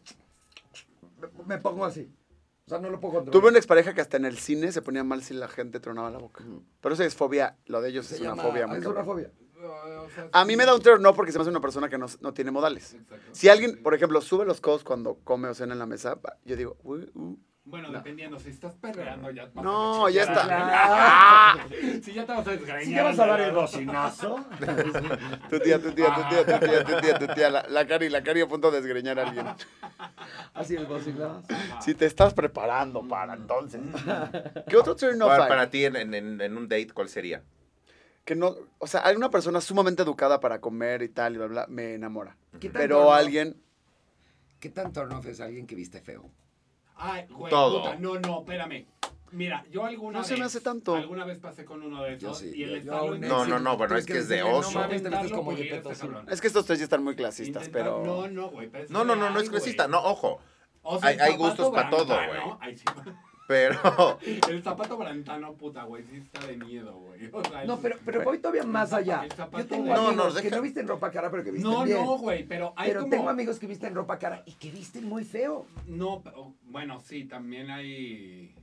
Speaker 1: me, me pongo así. O sea, no lo puedo controlar.
Speaker 2: Tuve una expareja que hasta en el cine se ponía mal si la gente tronaba la boca. Pero eso es fobia. Lo de ellos
Speaker 1: Se
Speaker 2: es una
Speaker 1: llama-
Speaker 2: fobia. muy
Speaker 1: Es una
Speaker 2: cabrón.
Speaker 1: fobia.
Speaker 5: O sea,
Speaker 2: A mí me da un terror no porque se me hace una persona que no, no tiene modales.
Speaker 5: Exacto.
Speaker 2: Si alguien, por ejemplo, sube los codos cuando come o cena en la mesa, yo digo, "Uy, uh".
Speaker 5: Bueno, dependiendo, si estás perreando ya. te vas
Speaker 2: No,
Speaker 5: a
Speaker 2: ya
Speaker 5: chingar,
Speaker 2: está.
Speaker 1: Ah,
Speaker 5: ¿no? Si ya te vas a desgreñar.
Speaker 1: Si ya vas a dar el bocinazo.
Speaker 2: tu tía, tu tía, tu tía, tu tía, tu tía, tu tía, la, la cari, la cari a punto de desgreñar a alguien.
Speaker 1: Así el bocinazo.
Speaker 2: Si te estás preparando para entonces. ¿Qué otro turn off
Speaker 4: Mm. Para,
Speaker 2: hay?
Speaker 4: para ti, en, en- en- en un date, ¿cuál sería?
Speaker 2: Que no, o sea, hay una persona sumamente educada para comer y tal, y bla, bla, me enamora.
Speaker 1: ¿Qué tan turn
Speaker 2: Pero
Speaker 1: off?
Speaker 2: alguien,
Speaker 1: ¿Qué tan torno es alguien que viste feo?
Speaker 5: Ay, güey,
Speaker 4: Todo.
Speaker 5: puta, no, no, espérame. Mira, yo alguna
Speaker 2: No
Speaker 5: vez.
Speaker 2: se me hace tanto.
Speaker 5: Alguna vez pasé con uno de esos.
Speaker 1: Yo sí,
Speaker 5: Y el
Speaker 1: yo- yo
Speaker 5: estarlo
Speaker 1: aún
Speaker 5: en-
Speaker 4: No, no, no, bueno,
Speaker 1: Tienes
Speaker 4: es
Speaker 1: que
Speaker 4: que es de
Speaker 1: decirle, no
Speaker 4: oso.
Speaker 1: mames. te
Speaker 5: intentarlo
Speaker 1: vistes como
Speaker 5: pulir
Speaker 1: Gepetto,
Speaker 5: este
Speaker 1: sí.
Speaker 5: cabrón.
Speaker 2: es que estos tres ya están muy clasistas,
Speaker 5: Intentar-
Speaker 2: pero...
Speaker 5: No, no, güey. pero es
Speaker 4: No, no, no, no
Speaker 5: real,
Speaker 4: es clasista.
Speaker 5: güey.
Speaker 4: No, ojo.
Speaker 5: O sea,
Speaker 4: Hay-
Speaker 5: el
Speaker 4: hay
Speaker 5: zapato
Speaker 4: gustos pa' todo, güey.
Speaker 5: brantano, ay, sí.
Speaker 4: Pero
Speaker 5: El zapato brantano, puta, güey, sí está de miedo, güey. O sea,
Speaker 1: No,
Speaker 5: el-
Speaker 1: pero, pero voy todavía más allá.
Speaker 5: El zapato
Speaker 1: Yo tengo
Speaker 5: de-
Speaker 4: No,
Speaker 1: amigos
Speaker 4: no,
Speaker 1: que
Speaker 4: deja-
Speaker 1: no visten ropa cara, pero que visten
Speaker 5: No,
Speaker 1: bien.
Speaker 5: no, güey, pero hay
Speaker 1: Pero
Speaker 5: como...
Speaker 1: tengo amigos que visten ropa cara y que visten muy feo.
Speaker 5: No, pero- bueno, sí, también hay...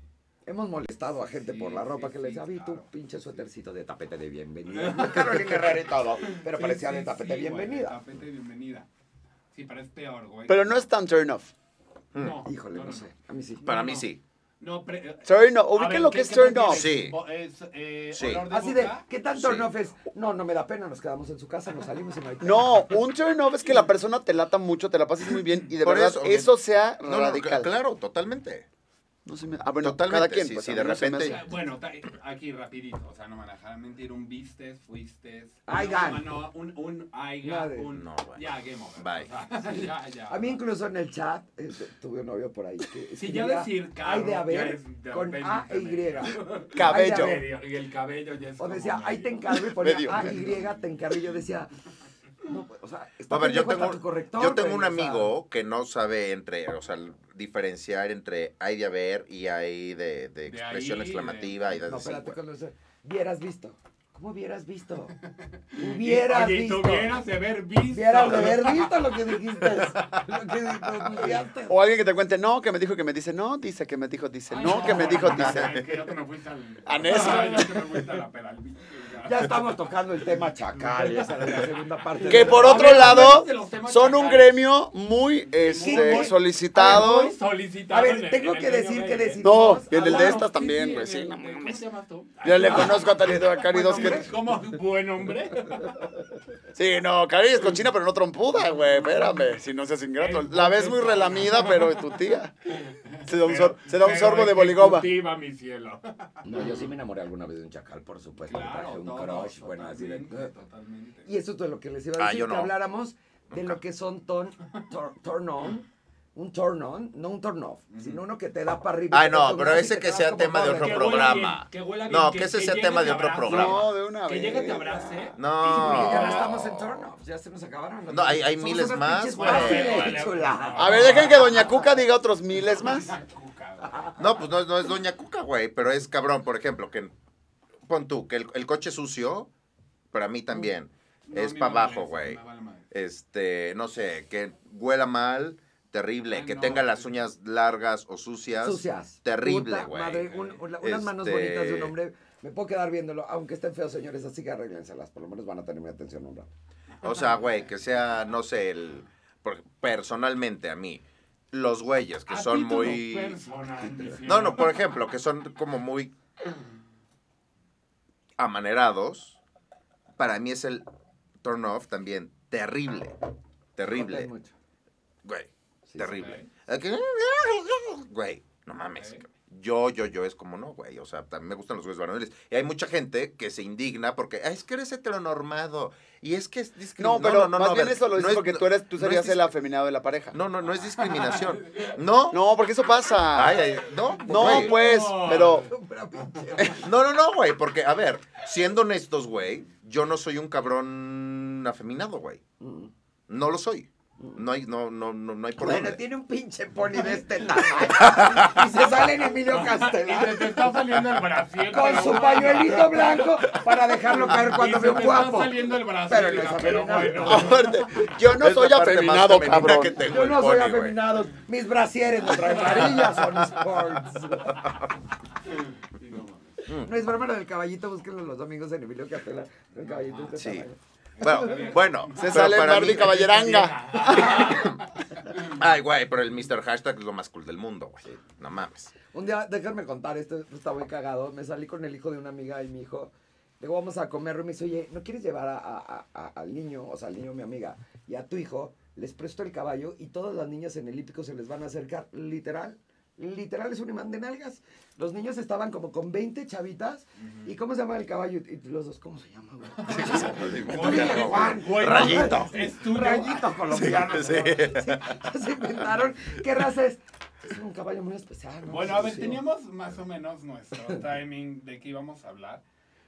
Speaker 1: Hemos molestado a gente
Speaker 5: Sí,
Speaker 1: por la ropa
Speaker 5: sí,
Speaker 1: que les
Speaker 5: sí,
Speaker 1: da. Vi tu
Speaker 5: claro.
Speaker 1: pinche suétercito de tapete de bienvenida. Carolina Herrera y todo. Pero
Speaker 5: Sí,
Speaker 1: parecía
Speaker 5: sí,
Speaker 1: de tapete
Speaker 5: sí,
Speaker 1: de
Speaker 5: güey,
Speaker 1: bienvenida.
Speaker 5: de tapete de bienvenida. Sí, pero es peor, güey.
Speaker 2: Pero no es Mm. tan turn off.
Speaker 5: No,
Speaker 1: Híjole, no, sé. A mí sí.
Speaker 4: para
Speaker 5: No,
Speaker 4: mí
Speaker 5: no.
Speaker 4: sí.
Speaker 5: No, eh, pero...
Speaker 2: Turn off, ubiquen lo que es turn off.
Speaker 4: Sí.
Speaker 5: es, eh,
Speaker 4: Sí.
Speaker 5: olor de
Speaker 1: Así de,
Speaker 5: boca.
Speaker 1: ¿qué tanto no es? No, no me da pena, nos quedamos en su casa, nos salimos y no hay pedo.
Speaker 2: No, un turn off es que la persona te lata mucho, te la pases muy bien y de
Speaker 4: Por
Speaker 2: verdad
Speaker 4: eso,
Speaker 2: eso,
Speaker 4: güey.
Speaker 2: sea
Speaker 4: No, no,
Speaker 2: radical.
Speaker 4: cl- claro, totalmente.
Speaker 2: No se me- ah, bueno,
Speaker 4: Totalmente,
Speaker 2: cada quien.
Speaker 4: sí,
Speaker 2: pues,
Speaker 4: sí,
Speaker 2: a
Speaker 4: de
Speaker 2: mí no se me
Speaker 4: repente-
Speaker 2: hace.
Speaker 5: Ah, Bueno, ta- aquí rapidito, o sea, no me dejarán mentir, un vistes, fuiste.
Speaker 1: Aigan.
Speaker 5: No, un, un aigan,
Speaker 1: Madre.
Speaker 5: un...
Speaker 4: No, güey.
Speaker 5: Ya, game over.
Speaker 4: Bye.
Speaker 5: O sea, ya, ya.
Speaker 1: A mí incluso en el chat eh, tuve un novio por ahí que
Speaker 5: Sí, ya
Speaker 1: escribía,
Speaker 5: decir
Speaker 1: hay de
Speaker 5: carro, ya
Speaker 1: haber
Speaker 5: es de
Speaker 1: con
Speaker 5: repente
Speaker 1: A e Y.
Speaker 5: también.
Speaker 1: Hay de
Speaker 2: Cabello.
Speaker 1: haber.
Speaker 5: Y el cabello ya es
Speaker 1: O
Speaker 5: como
Speaker 1: decía, ahí
Speaker 5: medio-
Speaker 1: te encargo y ponía
Speaker 2: Medio.
Speaker 1: A y te encargo y yo decía, no, pues, o sea, está
Speaker 4: A ver, yo
Speaker 1: pendejo hasta
Speaker 4: tengo,
Speaker 1: tu corrector,
Speaker 4: yo tengo
Speaker 1: güey,
Speaker 4: un
Speaker 1: o sea,
Speaker 4: amigo que no sabe entre, o sea, diferenciar entre hay de haber y hay de, de expresión
Speaker 5: ahí,
Speaker 4: exclamativa y de
Speaker 1: No,
Speaker 4: así,
Speaker 1: espérate,
Speaker 4: güey.
Speaker 1: con los- hubieras visto. ¿Cómo hubieras visto? Hubieras
Speaker 5: Oye,
Speaker 1: visto.
Speaker 5: tuvieras de haber visto.
Speaker 1: Hubieras de haber visto lo que dijiste. Lo que dijiste.
Speaker 2: O alguien que te cuente, no, que me dijo que me dice, no, dice que me dijo, dice,
Speaker 5: Ay,
Speaker 2: no, que me dijo,
Speaker 5: ay,
Speaker 2: dice.
Speaker 5: Que ya te me fuiste al...
Speaker 2: A Nesa.
Speaker 5: Ay, Ya te me fuiste a la peralvillo,
Speaker 1: Ya estamos tocando el tema chacal, esa es la segunda parte.
Speaker 2: Que
Speaker 1: de-
Speaker 2: por
Speaker 5: A
Speaker 2: otro
Speaker 5: ver,
Speaker 2: lado,
Speaker 5: hablemos de los temas
Speaker 2: son un
Speaker 5: chacales.
Speaker 2: gremio muy este,
Speaker 1: qué?
Speaker 2: solicitado.
Speaker 5: Muy solicitado
Speaker 1: A
Speaker 5: en
Speaker 1: ver,
Speaker 5: el-
Speaker 1: tengo
Speaker 5: en el
Speaker 1: que decir
Speaker 5: medio
Speaker 1: que
Speaker 5: de-
Speaker 1: decidimos...
Speaker 2: No, y en el de
Speaker 1: hablar-
Speaker 2: estas también, güey, sí,
Speaker 5: en el-
Speaker 2: no
Speaker 5: ¿Cómo
Speaker 2: mames.
Speaker 5: te llamas tú?
Speaker 2: Yo le conozco a Tanido a Cari
Speaker 1: Bueno,
Speaker 2: dos que.
Speaker 1: hombre.
Speaker 5: Como buen hombre.
Speaker 2: Sí, no, Cari es cochina, pero no trompuda, güey. Espérame, si no seas ingrato. La ves muy relamida, pero es tu tía. Se da un, sor- se da un
Speaker 5: Pero
Speaker 2: sorbo de boligoma.
Speaker 5: ejecutiva, mi cielo.
Speaker 1: No, yo sí me enamoré alguna vez de un chacal, por supuesto. le
Speaker 5: Claro,
Speaker 1: traje un
Speaker 5: todos,
Speaker 1: crush, bueno, así de...
Speaker 5: totalmente, totalmente.
Speaker 1: Y eso es de lo que les iba
Speaker 4: Ah,
Speaker 1: a decir,
Speaker 4: yo
Speaker 1: que
Speaker 4: no.
Speaker 1: habláramos de
Speaker 4: Nunca.
Speaker 1: lo que son ton- tor- turn on, un turn on, no un turn off, sino uno que te da para arriba.
Speaker 4: Ay,
Speaker 1: y te toca
Speaker 4: no,
Speaker 1: un
Speaker 4: pero
Speaker 1: brazo y
Speaker 4: ese
Speaker 1: te
Speaker 4: que
Speaker 1: quedas
Speaker 4: sea
Speaker 1: como
Speaker 4: tema de
Speaker 1: Robert.
Speaker 4: otro
Speaker 5: Que huela
Speaker 4: programa.
Speaker 5: bien, que huela bien,
Speaker 4: No,
Speaker 5: que-
Speaker 4: que ese
Speaker 5: que
Speaker 4: sea
Speaker 5: llegue
Speaker 4: tema
Speaker 5: y
Speaker 4: de
Speaker 5: te
Speaker 4: otro
Speaker 5: abrace.
Speaker 2: No,
Speaker 4: programa.
Speaker 2: de una
Speaker 5: Que
Speaker 2: vez.
Speaker 5: llegue, te abrace.
Speaker 1: Porque ya no
Speaker 4: No.
Speaker 1: estamos en turn off, ya se nos acabaron. los
Speaker 4: No, hay-
Speaker 1: turn
Speaker 4: hay
Speaker 1: offs.
Speaker 4: miles
Speaker 1: unas
Speaker 4: más,
Speaker 1: pinches
Speaker 4: güey. Ah,
Speaker 1: guapas,
Speaker 5: Vale,
Speaker 1: chula.
Speaker 2: A ver, dejen que Doña Cuca diga otros miles más.
Speaker 5: Cuca, güey.
Speaker 4: No, pues no, es- no es Doña Cuca, güey, pero es cabrón, por ejemplo, que pon tú, que el, el coche sucio, para mí también,
Speaker 5: No, a
Speaker 4: es
Speaker 5: mí
Speaker 4: para
Speaker 5: no me
Speaker 4: abajo,
Speaker 5: molesta,
Speaker 4: güey.
Speaker 5: me vale madre.
Speaker 4: Este, no sé, que huela mal, terrible,
Speaker 5: Ay,
Speaker 4: que
Speaker 5: no,
Speaker 4: tenga las
Speaker 5: güey.
Speaker 4: uñas largas o sucias.
Speaker 1: Sucias.
Speaker 4: Terrible,
Speaker 1: Puta madre,
Speaker 4: güey.
Speaker 1: un- un- unas manos
Speaker 4: Este-
Speaker 1: bonitas de un hombre. Me puedo quedar viéndolo, aunque estén feos, señores, así que arréglenselas. Por lo menos van a tener mi atención un rato.
Speaker 4: O sea, güey, que sea, no sé, el por- personalmente a mí, los güeyes que
Speaker 5: A
Speaker 4: son
Speaker 5: título
Speaker 4: muy
Speaker 5: personal, difiero.
Speaker 4: No, no, por ejemplo, que son como muy amanerados. Para mí es el turn off también. Terrible.
Speaker 1: Joder,
Speaker 4: Terrible.
Speaker 1: mucho.
Speaker 4: Güey.
Speaker 1: Sí,
Speaker 4: terrible. Aquí- Güey, no mames.
Speaker 5: Ok.
Speaker 4: Yo, yo, yo es como no, güey. O sea, también me gustan los güeyes varoniles. Y hay mucha gente que se indigna porque "Ah, es que eres heteronormado. Y es que es discrim-
Speaker 2: No, pero
Speaker 4: no,
Speaker 2: más
Speaker 4: no, a
Speaker 2: bien
Speaker 4: ver,
Speaker 2: eso lo
Speaker 4: no
Speaker 2: dices
Speaker 4: es-
Speaker 2: porque
Speaker 4: no-
Speaker 2: tú eres, tú
Speaker 4: no
Speaker 2: serías
Speaker 4: es
Speaker 2: el
Speaker 4: dis-
Speaker 2: afeminado de la pareja.
Speaker 4: No, no, no es discriminación. No.
Speaker 2: No, porque eso pasa.
Speaker 4: Ay, ay, no,
Speaker 2: no,
Speaker 4: güey.
Speaker 2: pues, pero
Speaker 1: Pero, pinche,
Speaker 4: No, no, no, güey, porque, a ver, siendo honestos, güey, yo no soy un cabrón afeminado, güey.
Speaker 2: Mm.
Speaker 4: No lo soy. No hay, no, no, no, no hay por
Speaker 1: Bueno,
Speaker 4: dónde.
Speaker 1: tiene un pinche pony de este tamaño. Y se sale en Emilio
Speaker 5: Y se
Speaker 1: Castelar
Speaker 5: te está saliendo el brasier.
Speaker 1: con
Speaker 5: pero
Speaker 1: su
Speaker 5: bueno.
Speaker 1: pañuelito blanco para dejarlo caer cuando
Speaker 5: Y
Speaker 1: ve
Speaker 5: se
Speaker 1: un
Speaker 5: te
Speaker 1: guapo.
Speaker 5: Está saliendo el brasier,
Speaker 1: Pero no es
Speaker 5: pero
Speaker 1: afeminado.
Speaker 5: bueno.
Speaker 2: aparte, yo no
Speaker 4: Es la
Speaker 2: soy
Speaker 4: parte más
Speaker 2: afeminado,
Speaker 4: femenina
Speaker 2: cabrón.
Speaker 4: que tengo
Speaker 1: Yo
Speaker 4: el
Speaker 1: no soy
Speaker 4: pony, güey.
Speaker 1: afeminado. Mis brasieres no traen varillas, son sports.
Speaker 5: Sí, no mames.
Speaker 1: No es Bárbara del Caballito, búsquenlo los domingos en Emilio Castelar. El caballito de este
Speaker 4: Sí.
Speaker 1: tamaño.
Speaker 4: Bueno, bueno.
Speaker 2: se
Speaker 4: pero
Speaker 2: sale
Speaker 4: para
Speaker 2: Barbie
Speaker 4: mí-
Speaker 2: Caballeranga.
Speaker 4: Ay, güey, pero el Mr. Hashtag es lo más cool del mundo, güey. No mames.
Speaker 1: Un día, déjenme contar, esto está muy cagado. Me salí con el hijo de una amiga y mi hijo. Luego vamos a comer y me dice, oye, ¿no quieres llevar a, a- a- al niño, o sea, al niño mi amiga, y a tu hijo? Les presto el caballo y todas las niñas en el hípico se les van a acercar, literal. Literal es un imán de nalgas. Los niños estaban como con 20 chavitas. ¿Y cómo se llama el caballo? Y los dos, ¿cómo se llama? güey?
Speaker 5: Oye,
Speaker 1: Juan,
Speaker 5: güey, no,
Speaker 4: Rayito.
Speaker 5: Es tuyo.
Speaker 1: Rayito colombiano.
Speaker 4: Sí,
Speaker 1: ¿no? Sí, se inventaron. ¿Qué raza es? Es un caballo muy especial. ¿no?
Speaker 5: Bueno, a ver,
Speaker 1: Sí.
Speaker 5: teníamos más o menos nuestro timing de qué íbamos a hablar.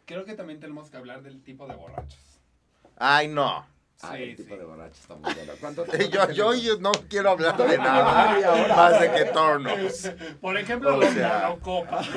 Speaker 5: Creo que también tenemos que hablar del tipo de borrachos.
Speaker 4: Ay, no.
Speaker 1: Ah, el
Speaker 5: Sí,
Speaker 1: tipo
Speaker 5: sí.
Speaker 1: de borracho está muy bueno. ¿Cuánto
Speaker 4: Yo, yo, yo no quiero hablar de
Speaker 1: Ay,
Speaker 4: nada
Speaker 1: ahora.
Speaker 4: más de que tornos.
Speaker 5: Por ejemplo,
Speaker 4: O
Speaker 5: los
Speaker 4: sea-
Speaker 5: monocopas.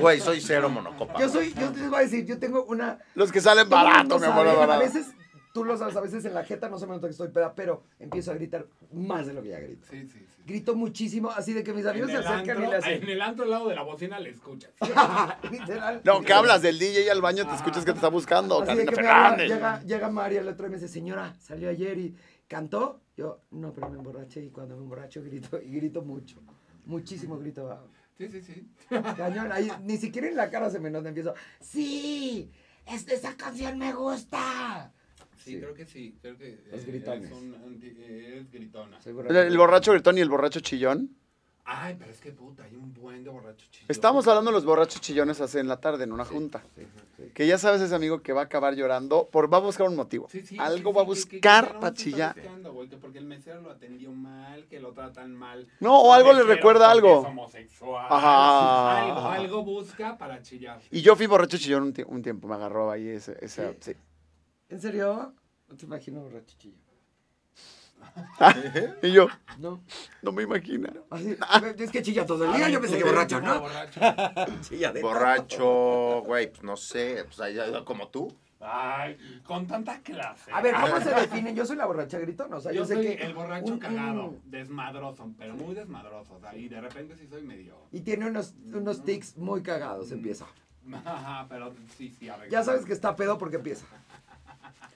Speaker 4: Güey, soy cero monocopa.
Speaker 1: Yo soy, yo les voy a decir, yo tengo una.
Speaker 2: Los que salen
Speaker 1: todo el mundo
Speaker 2: barato, mi amor,
Speaker 1: sabe, ¿eh? A
Speaker 2: barato.
Speaker 1: veces, tú lo sabes, a veces en la jeta no se me nota que estoy peda, pero empiezo a gritar más de lo que ya grito.
Speaker 5: Sí, sí, sí.
Speaker 1: Grito muchísimo, así de que mis amigos
Speaker 5: En
Speaker 1: se
Speaker 5: el,
Speaker 1: acercan
Speaker 5: antro,
Speaker 1: y le
Speaker 5: en
Speaker 1: hacen.
Speaker 5: el antro al lado de la bocina le escuchas.
Speaker 1: Literal.
Speaker 2: No, que hablas del DJ y al baño te escuchas que te está buscando,
Speaker 1: Así de
Speaker 2: Karina Ah.
Speaker 1: que me habla,
Speaker 2: Fernández.
Speaker 1: llega, llega María el otro día y me dice, señora, salió ayer y cantó. Yo, no, pero me emborraché y cuando me emborracho grito, y grito mucho. Muchísimo grito. ah,
Speaker 5: Sí, sí, sí.
Speaker 1: Cañón, ahí ni siquiera en la cara se me nota, empiezo, sí, es- esa canción me gusta.
Speaker 5: Sí, creo que sí. Creo que
Speaker 1: Los
Speaker 5: eh,
Speaker 1: gritones.
Speaker 5: eres, un anti- eres gritona.
Speaker 1: Soy borracho.
Speaker 2: El, el borracho gritón y el borracho chillón.
Speaker 5: Ay, pero es que puta, hay un buen de borrachos chillón.
Speaker 2: Estábamos hablando de los borrachos chillones hace en la tarde en una junta.
Speaker 1: Sí, sí.
Speaker 2: Que ya sabes ese amigo que va a acabar llorando, por va a buscar un motivo.
Speaker 5: Sí, sí,
Speaker 2: Algo
Speaker 5: sí,
Speaker 2: va a
Speaker 5: sí, que- que- que
Speaker 2: buscar
Speaker 5: algo se
Speaker 2: para
Speaker 5: está
Speaker 2: chillar.
Speaker 5: buscando, güey, que porque el mesero lo atendió mal, que lo tratan mal.
Speaker 2: No, o
Speaker 5: El
Speaker 2: algo le
Speaker 5: mesero
Speaker 2: recuerda
Speaker 5: porque
Speaker 2: algo.
Speaker 5: es homosexual.
Speaker 2: Ajá.
Speaker 5: Algo, algo busca para chillar.
Speaker 2: Y yo fui borracho chillón un, tie- un tiempo, me agarró ahí ese, ese sí.
Speaker 1: ¿En serio? No te imagino borracho chillo.
Speaker 5: ¿Eh?
Speaker 2: Y yo,
Speaker 1: No.
Speaker 2: no me imagino.
Speaker 1: Así,
Speaker 2: Ah.
Speaker 1: es que chilla todo el
Speaker 5: Ah,
Speaker 1: día, Ah, yo pensé que borracho, ¿no?
Speaker 5: Borracho.
Speaker 1: Chilla de
Speaker 4: Borracho, güey, pues no sé, pues ahí- ahí- como tú.
Speaker 5: Ay, con tanta clase.
Speaker 1: A ver,
Speaker 2: Ah.
Speaker 1: ¿cómo se definen? Yo soy la borracha gritona, o sea, yo,
Speaker 5: Yo
Speaker 1: sé
Speaker 5: soy
Speaker 1: que...
Speaker 5: el borracho
Speaker 1: un- un-
Speaker 5: cagado, desmadroso, pero muy desmadroso. O sea, y de repente sí soy medio.
Speaker 1: Y tiene unos, unos tics muy cagados, empieza.
Speaker 5: Ajá, pero sí, sí, a ver.
Speaker 1: Ya sabes que está pedo porque empieza.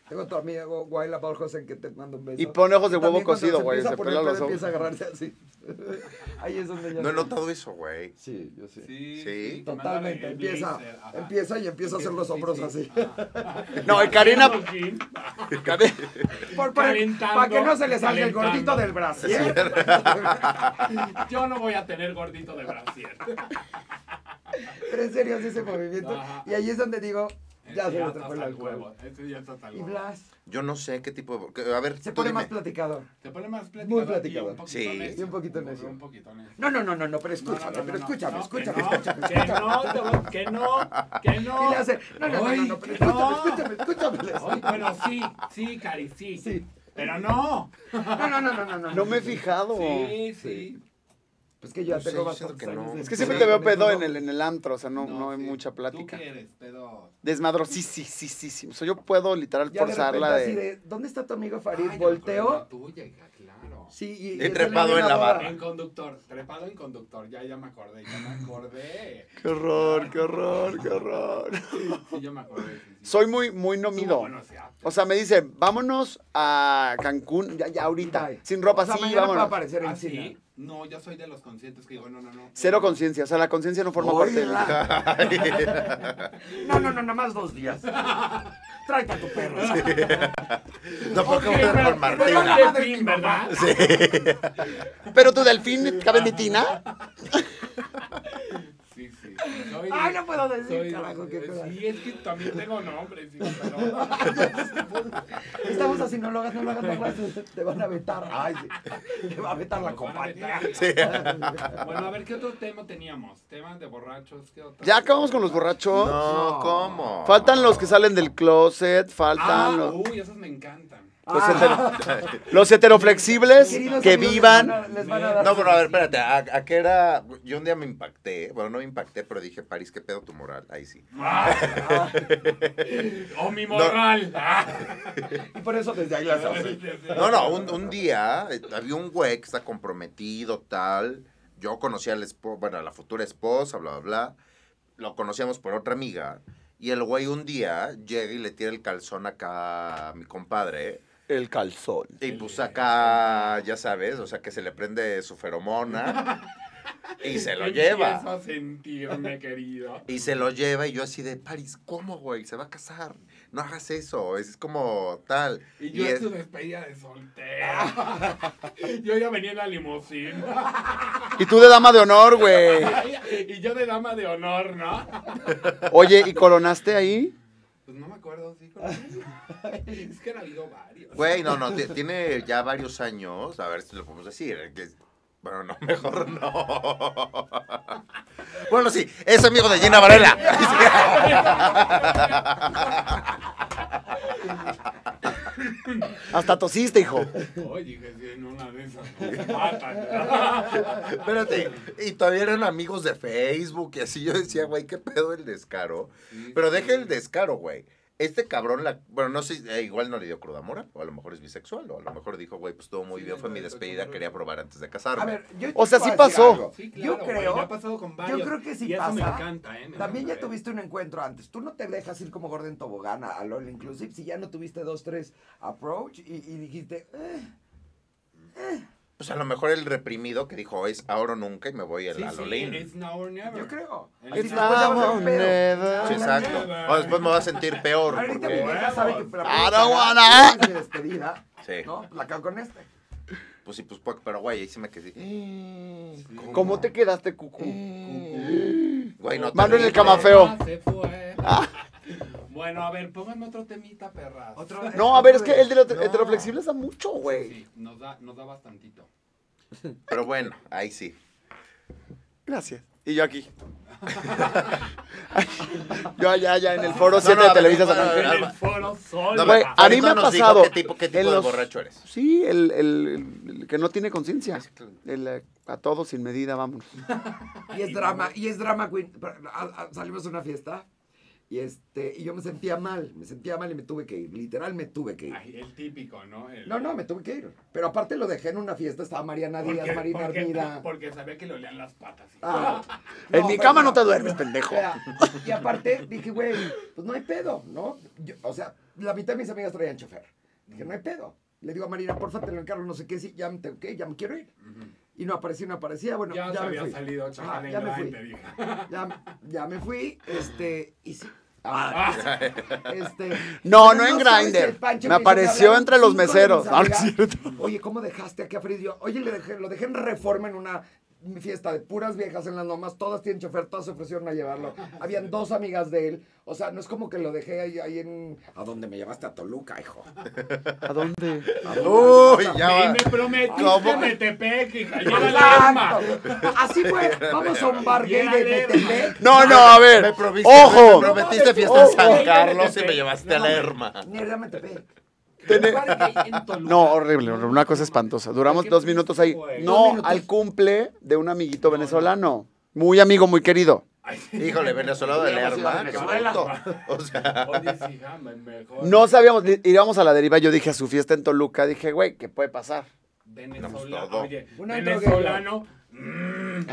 Speaker 1: Tengo a tu amigo Guayla Borjosen que te manda un beso.
Speaker 2: Y pone ojos de
Speaker 1: Que
Speaker 2: huevo
Speaker 1: también cuando
Speaker 2: cocido,
Speaker 1: se
Speaker 2: güey,
Speaker 1: empieza
Speaker 2: se
Speaker 1: a poner
Speaker 2: pela
Speaker 1: pedo,
Speaker 2: los ojos.
Speaker 1: empieza a agarrarse así. Ahí es donde ya...
Speaker 4: No he
Speaker 1: se-
Speaker 4: notado eso, güey.
Speaker 1: Sí, yo sé.
Speaker 5: Sí,
Speaker 4: Sí.
Speaker 5: sí, que manda
Speaker 1: Totalmente,
Speaker 5: el
Speaker 1: empieza,
Speaker 5: blazer, ajá.
Speaker 1: empieza y empieza a hacer los
Speaker 5: Sí,
Speaker 1: hombros
Speaker 5: sí.
Speaker 1: así.
Speaker 5: Ajá.
Speaker 2: No, y Karina, Karina-
Speaker 1: Por- por-
Speaker 5: Calentando,
Speaker 1: para que no se le salga el gordito
Speaker 5: calentando.
Speaker 1: del brazo.
Speaker 5: Yo no voy a tener gordito de brasier.
Speaker 1: Pero en serio, es ese movimiento.
Speaker 5: Ajá.
Speaker 1: Y ahí es donde digo, Ya
Speaker 5: Ese
Speaker 1: se le
Speaker 5: Este está
Speaker 1: atrapó el
Speaker 5: hasta
Speaker 1: alcohol.
Speaker 5: huevo, ese ya está hasta el
Speaker 1: Y
Speaker 5: huevo.
Speaker 1: Blas
Speaker 4: Yo no sé qué tipo de... que- A ver,
Speaker 1: se
Speaker 4: tú
Speaker 1: pone
Speaker 4: dime.
Speaker 1: más platicador.
Speaker 5: Te pone más platicador.
Speaker 1: Muy
Speaker 5: y
Speaker 1: platicador.
Speaker 5: un poquito
Speaker 4: Sí.
Speaker 5: necio.
Speaker 1: Y un poquito necio.
Speaker 5: Un poquito necio.
Speaker 1: No, no, no, no, no, pero
Speaker 5: No, no,
Speaker 1: escúchame,
Speaker 5: no, no,
Speaker 1: pero
Speaker 5: no.
Speaker 1: escúchame,
Speaker 5: No,
Speaker 1: escúchame,
Speaker 5: que no,
Speaker 1: escúchame.
Speaker 5: Que no, te voy- que no, que no.
Speaker 1: Y le hace, no, no, no, no,
Speaker 5: Ay,
Speaker 1: no, pero
Speaker 5: que no.
Speaker 1: escúchame, escúchame, escúchame.
Speaker 5: Ay, bueno, sí, sí, Cari, sí.
Speaker 1: Sí.
Speaker 5: Pero no.
Speaker 1: No, no, no, no, no, no.
Speaker 2: No me he fijado.
Speaker 5: Sí, sí.
Speaker 1: Pues que yo ya
Speaker 4: Pues
Speaker 1: tengo
Speaker 4: sí, siento
Speaker 1: bastantes
Speaker 4: que no.
Speaker 1: años. de- pues
Speaker 2: Es que siempre
Speaker 1: de-
Speaker 2: te veo
Speaker 1: de-
Speaker 2: pedo
Speaker 1: de-
Speaker 2: en el, en el antro, o sea, no, no hay
Speaker 5: sí.
Speaker 2: mucha plática.
Speaker 5: Tú que eres, pero...
Speaker 2: Desmadro, sí, sí, sí, sí, sí. O sea, yo puedo literal
Speaker 1: Ya de
Speaker 2: forzarla
Speaker 1: repente
Speaker 2: de...
Speaker 1: así de, ¿dónde está tu amigo Farid?
Speaker 5: Ay, con la
Speaker 1: Volteo.
Speaker 5: tuya, hija, claro.
Speaker 1: Sí, y,
Speaker 4: He
Speaker 1: y
Speaker 4: trepado
Speaker 1: sale
Speaker 4: en la
Speaker 1: una
Speaker 4: barra.
Speaker 5: En conductor, trepado en conductor, ya, ya me acordé, ya me acordé.
Speaker 2: Qué horror, qué horror, qué horror.
Speaker 5: Sí, ya me acordé. sí, sí.
Speaker 2: Soy muy, muy nomido.
Speaker 5: Bueno, o sea,
Speaker 2: O sea, me dice, vámonos a Cancún, ya, ya ahorita,
Speaker 1: Bye.
Speaker 2: sin ropa,
Speaker 1: O sea,
Speaker 2: sí,
Speaker 1: mañana va a
Speaker 2: vámonos.
Speaker 1: aparecer en
Speaker 5: ¿ah,
Speaker 1: cine.
Speaker 5: sí? No, yo soy de los conscientes que digo, no, no, no.
Speaker 2: Cero conciencia, o sea, la conciencia no forma parte de mí.
Speaker 1: Oíla. No, no, no, nada más dos días. Tráete a tu perro.
Speaker 4: No puedo contar con Martín.
Speaker 1: pero-
Speaker 5: Martín, ¿verdad?
Speaker 2: Pero tu delfín, cabenditina.
Speaker 5: Sí, sí. Soy-
Speaker 1: Ay, no puedo decir,
Speaker 5: soy-
Speaker 1: carajo, qué cosa.
Speaker 5: Sí, es que también tengo nombres, sí, pero...
Speaker 1: Estamos así, no lo hagas, no lo hagas, no lo hagas. Te van a vetar. Ay, sí. Te va a vetar la
Speaker 5: Nos van a
Speaker 1: compañía.
Speaker 5: vetar. Bueno, a ver, ¿qué otro tema teníamos? Temas de borrachos, ¿qué otro?
Speaker 2: Ya acabamos con los borrachos.
Speaker 4: No, ¿cómo?
Speaker 2: Faltan los que salen del closet, faltan
Speaker 5: Ah,
Speaker 2: los,
Speaker 5: uy, esos me encantan.
Speaker 2: los
Speaker 1: uh, Ah,
Speaker 2: hetero- Pues, los heteroflexibles
Speaker 1: queridos
Speaker 2: que
Speaker 1: amigos,
Speaker 2: vivan.
Speaker 1: Les van a, les van a dar.
Speaker 4: No, pero a ver, espérate, ¿a, a qué era? Yo un día me impacté, bueno, no me impacté, pero dije, París, qué pedo tu moral, ahí sí.
Speaker 5: Ah. ¡Oh, mi moral! Ah.
Speaker 1: Y por eso desde ahí las hace.
Speaker 4: No, no, un, un día eh, había un güey que está comprometido, tal. Yo conocía al espo- bueno, a la futura esposa, bla, bla, bla. Lo conocíamos por otra amiga. Y el güey un día llega y le tira el calzón acá a mi compadre.
Speaker 2: El calzón.
Speaker 4: Y pues acá, ya sabes, o sea, que se le prende su feromona. y se lo
Speaker 5: Empiezo
Speaker 4: lleva.
Speaker 5: a sentirme querido.
Speaker 4: Y se lo lleva y yo así de, París, ¿cómo, güey? Se va a casar. No hagas eso, es como tal.
Speaker 5: Y yo
Speaker 4: Y
Speaker 5: en
Speaker 4: es-
Speaker 5: su despedida de soltero. Yo ya venía en la limusina.
Speaker 2: Y tú de dama de honor, güey.
Speaker 5: Y yo de dama de honor, ¿no?
Speaker 2: Oye, ¿y coronaste ahí?
Speaker 5: Pues no me acuerdo, sí. creo que- Es que han habido varios.
Speaker 4: Güey, no, no, ti- tiene ya varios años, a ver si lo podemos decir. eh, que- bueno, no, mejor no. Bueno, sí, es amigo de Gina Varela.
Speaker 2: Hasta tosiste, hijo.
Speaker 5: Oye, que si en una de esas nos matan.
Speaker 4: Espérate, y todavía eran amigos de Facebook y así yo decía, güey, qué pedo el descaro. Pero deja el descaro, güey. Este cabrón, la, bueno, no sé, eh, igual no le dio cruda moral, o a lo mejor es bisexual, o a lo mejor dijo, güey, pues todo muy
Speaker 5: Sí,
Speaker 4: bien, fue mi
Speaker 5: entonces,
Speaker 4: despedida,
Speaker 5: cabrón.
Speaker 4: quería probar antes de
Speaker 1: A
Speaker 4: casarme.
Speaker 1: ver, yo te
Speaker 2: O
Speaker 1: puedo
Speaker 2: sea, sí
Speaker 1: decir
Speaker 2: pasó.
Speaker 1: algo.
Speaker 5: Sí, claro,
Speaker 1: Yo creo.
Speaker 5: güey, me ha pasado con varios.
Speaker 1: Yo creo que sí
Speaker 5: y
Speaker 1: pasa.
Speaker 5: Eso me encanta, ¿eh? Me
Speaker 1: También ya
Speaker 5: encanta, ¿eh?
Speaker 1: tuviste un encuentro antes. Tú no te dejas ir como Gordon Tobogán a, a LOL Inclusive si ya no tuviste dos, tres approach y, y dijiste, eh,
Speaker 4: Pues a lo mejor el reprimido que dijo, es ahora o nunca y me voy al
Speaker 5: Sí,
Speaker 4: al
Speaker 5: sí,
Speaker 4: Olín.
Speaker 5: it's now or never.
Speaker 1: yo creo.
Speaker 5: It's
Speaker 1: Así
Speaker 2: It's
Speaker 1: después pues ya
Speaker 2: now
Speaker 1: va a ser
Speaker 2: or
Speaker 1: un pedo.
Speaker 2: never.
Speaker 4: Sí, exacto. O después me va a sentir peor.
Speaker 1: Ahorita mi
Speaker 4: Porque,
Speaker 1: vieja sabe que para
Speaker 2: I don't wanna.
Speaker 1: de despedida,
Speaker 4: Sí.
Speaker 1: ¿no? La cago con este.
Speaker 4: pues sí, pues, pero güey, ahí sí me quedé. ¿Cómo?
Speaker 2: ¿Cómo te quedaste, cucú?
Speaker 4: Güey, no te
Speaker 2: Mano en el
Speaker 4: dije.
Speaker 2: camafeo.
Speaker 5: Ah, se fue. Bueno, a ver, pónganme otro temita, perras.
Speaker 1: Otro-
Speaker 2: No, a ver, es que el de los
Speaker 4: No.
Speaker 2: heteroflexibles da mucho, güey.
Speaker 5: Sí, nos da, nos da bastantito.
Speaker 4: Pero bueno, ahí sí.
Speaker 2: Gracias. Y yo aquí. yo allá, allá, en el foro
Speaker 4: No,
Speaker 2: 7
Speaker 4: no,
Speaker 2: de
Speaker 4: a ver,
Speaker 2: Televisa
Speaker 4: no, no,
Speaker 2: San
Speaker 4: no,
Speaker 2: Ángel.
Speaker 4: no,
Speaker 5: En el foro sol.
Speaker 4: No,
Speaker 2: Güey,
Speaker 4: pero
Speaker 2: a mí me
Speaker 4: ahorita
Speaker 2: ha
Speaker 4: nos dijo
Speaker 2: pasado.
Speaker 4: ¿Qué tipo, qué tipo
Speaker 2: en
Speaker 4: de
Speaker 2: los-
Speaker 4: borracho eres?
Speaker 2: Sí, el, el- el que no tiene conciencia. El, eh, a todos sin medida, vámonos.
Speaker 1: Y es drama, y es drama queen. Pero, a- a- Salimos a una fiesta y este y yo me sentía mal, me sentía mal y me tuve que ir, literal me tuve que ir.
Speaker 5: Ay, el típico, ¿no? El-
Speaker 1: No, no, me tuve que ir. Pero aparte lo dejé en una fiesta, estaba Mariana
Speaker 5: porque-
Speaker 1: Díaz, Marina
Speaker 5: porque-
Speaker 1: Armida.
Speaker 5: Porque sabía que le olían las patas.
Speaker 1: Ah,
Speaker 2: en mi
Speaker 1: pero-
Speaker 2: cama no te duermes, pendejo.
Speaker 1: Espera, Y aparte dije, güey, pues no hay pedo, ¿no? Yo- o sea, la mitad de mis amigas traían chofer. Dije, no hay pedo. Le digo a Marina, porfa, te lo encargo, no sé qué, sí, ya me tengo que ir, ya me quiero ir. Y no aparecía, no aparecía, bueno,
Speaker 5: ya
Speaker 1: ya,
Speaker 5: te
Speaker 1: me
Speaker 5: había
Speaker 1: fui.
Speaker 5: salido chacal
Speaker 1: Ajá,
Speaker 5: en
Speaker 1: ya me
Speaker 5: Grindr,
Speaker 1: fui.
Speaker 5: hija.
Speaker 1: Ya, ya me fui, este, y sí. Ah, este,
Speaker 2: No, no en
Speaker 1: sabes
Speaker 2: Grindr.
Speaker 1: el pancho
Speaker 2: Me
Speaker 1: que yo
Speaker 2: apareció
Speaker 1: hablaron
Speaker 2: entre los
Speaker 1: cinco de
Speaker 2: meseros.
Speaker 1: mis
Speaker 2: Ah, no es
Speaker 1: amigas. Oye, ¿cómo dejaste aquí a Fred? Yo, oye, le dejé, lo dejé en reforma en una mi fiesta de puras viejas en las lomas, todas tienen chofer, todas se ofrecieron a llevarlo. Habían dos amigas de él, o sea, no es como que lo dejé ahí, ahí en... ¿A dónde me llevaste a Toluca, hijo?
Speaker 2: ¿A dónde?
Speaker 4: Uy, ya
Speaker 5: Y
Speaker 4: va.
Speaker 5: me prometiste
Speaker 4: ¿Cómo?
Speaker 5: Metepec, hija. Lleva la arma.
Speaker 1: Exacto. Así fue, vamos a un bar gay de
Speaker 5: Llega el
Speaker 1: Metepec.
Speaker 2: No, no, a ver.
Speaker 4: Me prometiste,
Speaker 2: Ojo.
Speaker 4: me prometiste fiesta en San Carlos y me llevaste a la Lerma.
Speaker 1: Ni era Metepec.
Speaker 2: No, horrible, horrible, una cosa espantosa. Duramos
Speaker 5: ¿Qué
Speaker 2: dos minutos ahí.
Speaker 5: fue?
Speaker 1: Dos
Speaker 2: No,
Speaker 1: minutos.
Speaker 2: al cumple de un amiguito venezolano. Muy amigo, muy querido.
Speaker 4: Híjole, venezolano de Lerma. qué
Speaker 5: Venezuela.
Speaker 4: bruto. O sea,
Speaker 5: Oye, sí, ya, me- mejor.
Speaker 2: No sabíamos, i- íbamos a la deriva. Yo dije a su fiesta en Toluca. Dije, güey, ¿qué puede pasar?
Speaker 5: Venezolano.
Speaker 4: todo.
Speaker 5: Oye,
Speaker 1: Una
Speaker 5: venezolano. mm.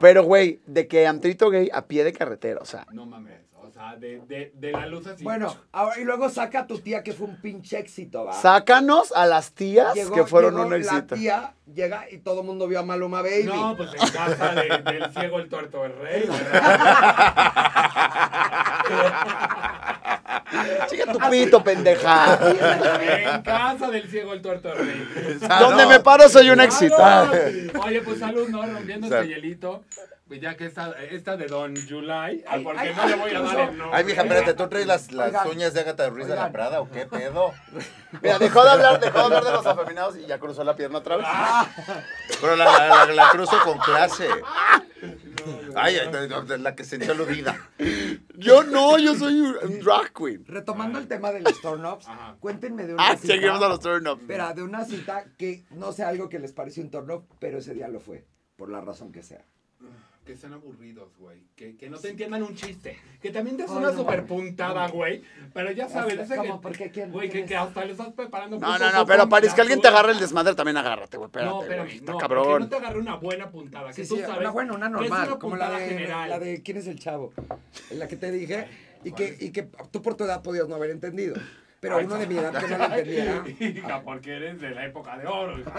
Speaker 2: Pero, güey, de que antrito gay a pie de carretera, o sea.
Speaker 5: No mames. O sea, de, de, de la luz así.
Speaker 1: Bueno, ahora, y luego saca a tu tía que fue un pinche éxito, ¿va?
Speaker 2: Sácanos a las tías
Speaker 1: Llegó-
Speaker 2: que fueron
Speaker 1: llegó
Speaker 2: una
Speaker 1: La
Speaker 2: éxito.
Speaker 1: tía llega y todo el mundo vio a Maluma Baby.
Speaker 5: No, pues en casa de- del ciego el tuerto del rey, ¿verdad?
Speaker 2: Chica Ah, tu pito, pendeja.
Speaker 5: En casa del ciego el tuerto del rey.
Speaker 4: Ah,
Speaker 2: Donde me paro soy un éxito.
Speaker 5: ¡Salud! Oye, pues salud, ¿no? Rompiendo
Speaker 4: Sal-
Speaker 5: este hielito. Pues ya que esta, esta de Don July.
Speaker 1: Ay,
Speaker 5: porque
Speaker 1: ay,
Speaker 5: no le voy a
Speaker 1: incluso-
Speaker 5: dar el nombre.
Speaker 4: Ay, mija, espérate, ¿tú traes las, las
Speaker 1: Oigan.
Speaker 4: uñas de Agatha Ruiz de
Speaker 1: Oigan.
Speaker 4: la Prada o qué pedo?
Speaker 2: Mira, dejó de hablar, dejó de hablar de los afeminados y ya cruzó la pierna otra vez.
Speaker 4: Ah. Pero la, la, la- la cruzo con clase. Ay, ay, la- la que se sintió aludida.
Speaker 2: Yo no, yo soy un un drag queen.
Speaker 1: Retomando el tema de los turn-ups,
Speaker 5: Ajá.
Speaker 1: cuéntenme de una
Speaker 2: Ah,
Speaker 1: cita.
Speaker 2: seguimos a los turn up.
Speaker 1: Espera, de una cita que no sea algo que les pareció un turn-up, pero ese día lo fue, por la razón que sea.
Speaker 5: Que sean aburridos, güey. Que, que no te entiendan un chiste. Que también te es
Speaker 1: Ay,
Speaker 5: una
Speaker 1: no
Speaker 5: super
Speaker 1: mames.
Speaker 5: puntada, güey. Pero ya sabes,
Speaker 1: Hasta-
Speaker 5: ese
Speaker 1: ¿cómo?
Speaker 5: que-
Speaker 1: ¿Por qué? ¿Quién?
Speaker 5: Güey, que,
Speaker 1: ¿Quién
Speaker 5: que
Speaker 1: es?
Speaker 5: hasta le estás preparando.
Speaker 2: No,
Speaker 5: punto,
Speaker 2: no, no,
Speaker 5: punto,
Speaker 2: pero
Speaker 5: punto,
Speaker 2: para es que alguien te
Speaker 5: punto.
Speaker 2: agarre el desmadre, también agárrate, güey. Espérate,
Speaker 5: No,
Speaker 2: güey.
Speaker 5: espérame,
Speaker 2: Está
Speaker 5: no, que no
Speaker 2: cabrón.
Speaker 5: te agarre una buena puntada, que
Speaker 1: Sí,
Speaker 5: tú
Speaker 1: sí,
Speaker 5: sabes
Speaker 1: una buena, una
Speaker 5: que es
Speaker 1: normal,
Speaker 5: una
Speaker 1: como la
Speaker 5: puntada
Speaker 1: de,
Speaker 5: general.
Speaker 1: la de ¿Quién es el chavo? La que te dije, y que, y que tú por tu edad podías no haber entendido, pero uno de mi edad que no Ah. lo entendía.
Speaker 5: Hija, porque eres de la época de oro. hija.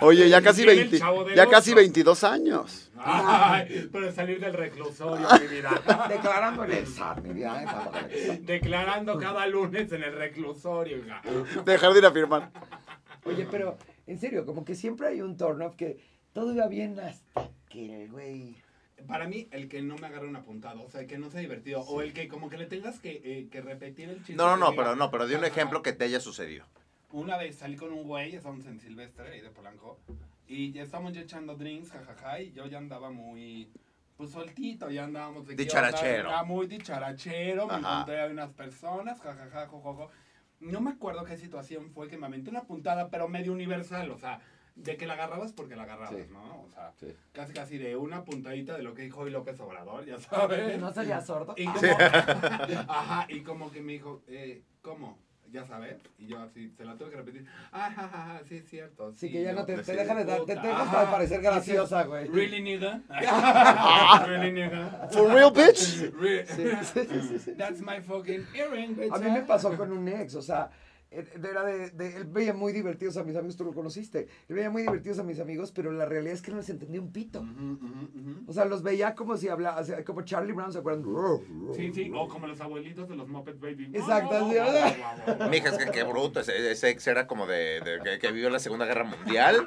Speaker 2: Oye, ya casi,
Speaker 5: Viene el
Speaker 2: 20,
Speaker 5: Chavo del
Speaker 2: ya
Speaker 5: Ocho.
Speaker 2: casi 22 años.
Speaker 5: Ay, pero salir del reclusorio, mi vida.
Speaker 1: Declarando en el SAT, mi vida, eh, papá.
Speaker 5: Declarando cada lunes en el reclusorio, hija.
Speaker 2: Dejar de ir a firmar.
Speaker 1: Oye, pero en serio, como que siempre hay un turn-off que todo iba bien hasta que el güey...
Speaker 5: Para mí, el que no me agarre una puntada, o sea, el que no sea divertido, o el que como que le tengas que, eh, que repetir el chiste.
Speaker 4: No, no,
Speaker 5: que
Speaker 4: no,
Speaker 5: diga,
Speaker 4: pero no, pero di un
Speaker 5: "Ah,
Speaker 4: ejemplo que te haya sucedido.
Speaker 5: Una vez salí con un güey, estábamos en Silvestre, ahí de Polanco, y ya estábamos ya echando drinks, jajaja, y yo ya andaba muy, pues soltito, ya andábamos de que
Speaker 4: Dicharachero.
Speaker 5: onda, era muy dicharachero, me
Speaker 4: Ajá.
Speaker 5: encontré a unas personas, jajaja, jojojo. No me acuerdo qué situación fue que me aventé una puntada, pero medio universal, o sea, de que la agarrabas porque la agarrabas,
Speaker 1: Sí.
Speaker 5: ¿no? O sea,
Speaker 1: Sí.
Speaker 5: casi casi de una puntadita de lo que dijo hoy López Obrador, ya sabes.
Speaker 1: ¿No sería sordo?
Speaker 5: Y como, ajá, y como que me dijo, eh, ¿cómo? Ya sabes. Y yo así, se la tuve que repetir. Ah, Ajá, ajá, ajá, sí, es cierto.
Speaker 1: Sí, que ya no te, te deja de dar, te, te deja
Speaker 5: dejas
Speaker 1: hasta de parecer graciosa, güey.
Speaker 5: Really nigga. really nigga.
Speaker 2: For real, bitch.
Speaker 5: Re-
Speaker 1: Sí, sí, sí, sí, sí.
Speaker 5: That's my fucking earring, ¿eh?
Speaker 1: A mí me pasó con un ex, o sea, él- él era de, de- él veía muy divertidos a mis amigos, tú lo conociste, él veía muy divertidos a mis amigos, pero la realidad es que no les entendía un pito. O sea, los veía como si hablaba, o sea, como Charlie Brown, ¿se acuerdan?
Speaker 5: Sí, sí, o como los abuelitos de los Muppet Baby.
Speaker 1: Exacto,
Speaker 5: Guau,
Speaker 1: sí,
Speaker 5: guau,
Speaker 1: ¿verdad?
Speaker 5: guau, guau, guau.
Speaker 4: Mija, es que qué bruto. Ese, ese ex era como de, de que, que vivió la Segunda Guerra Mundial.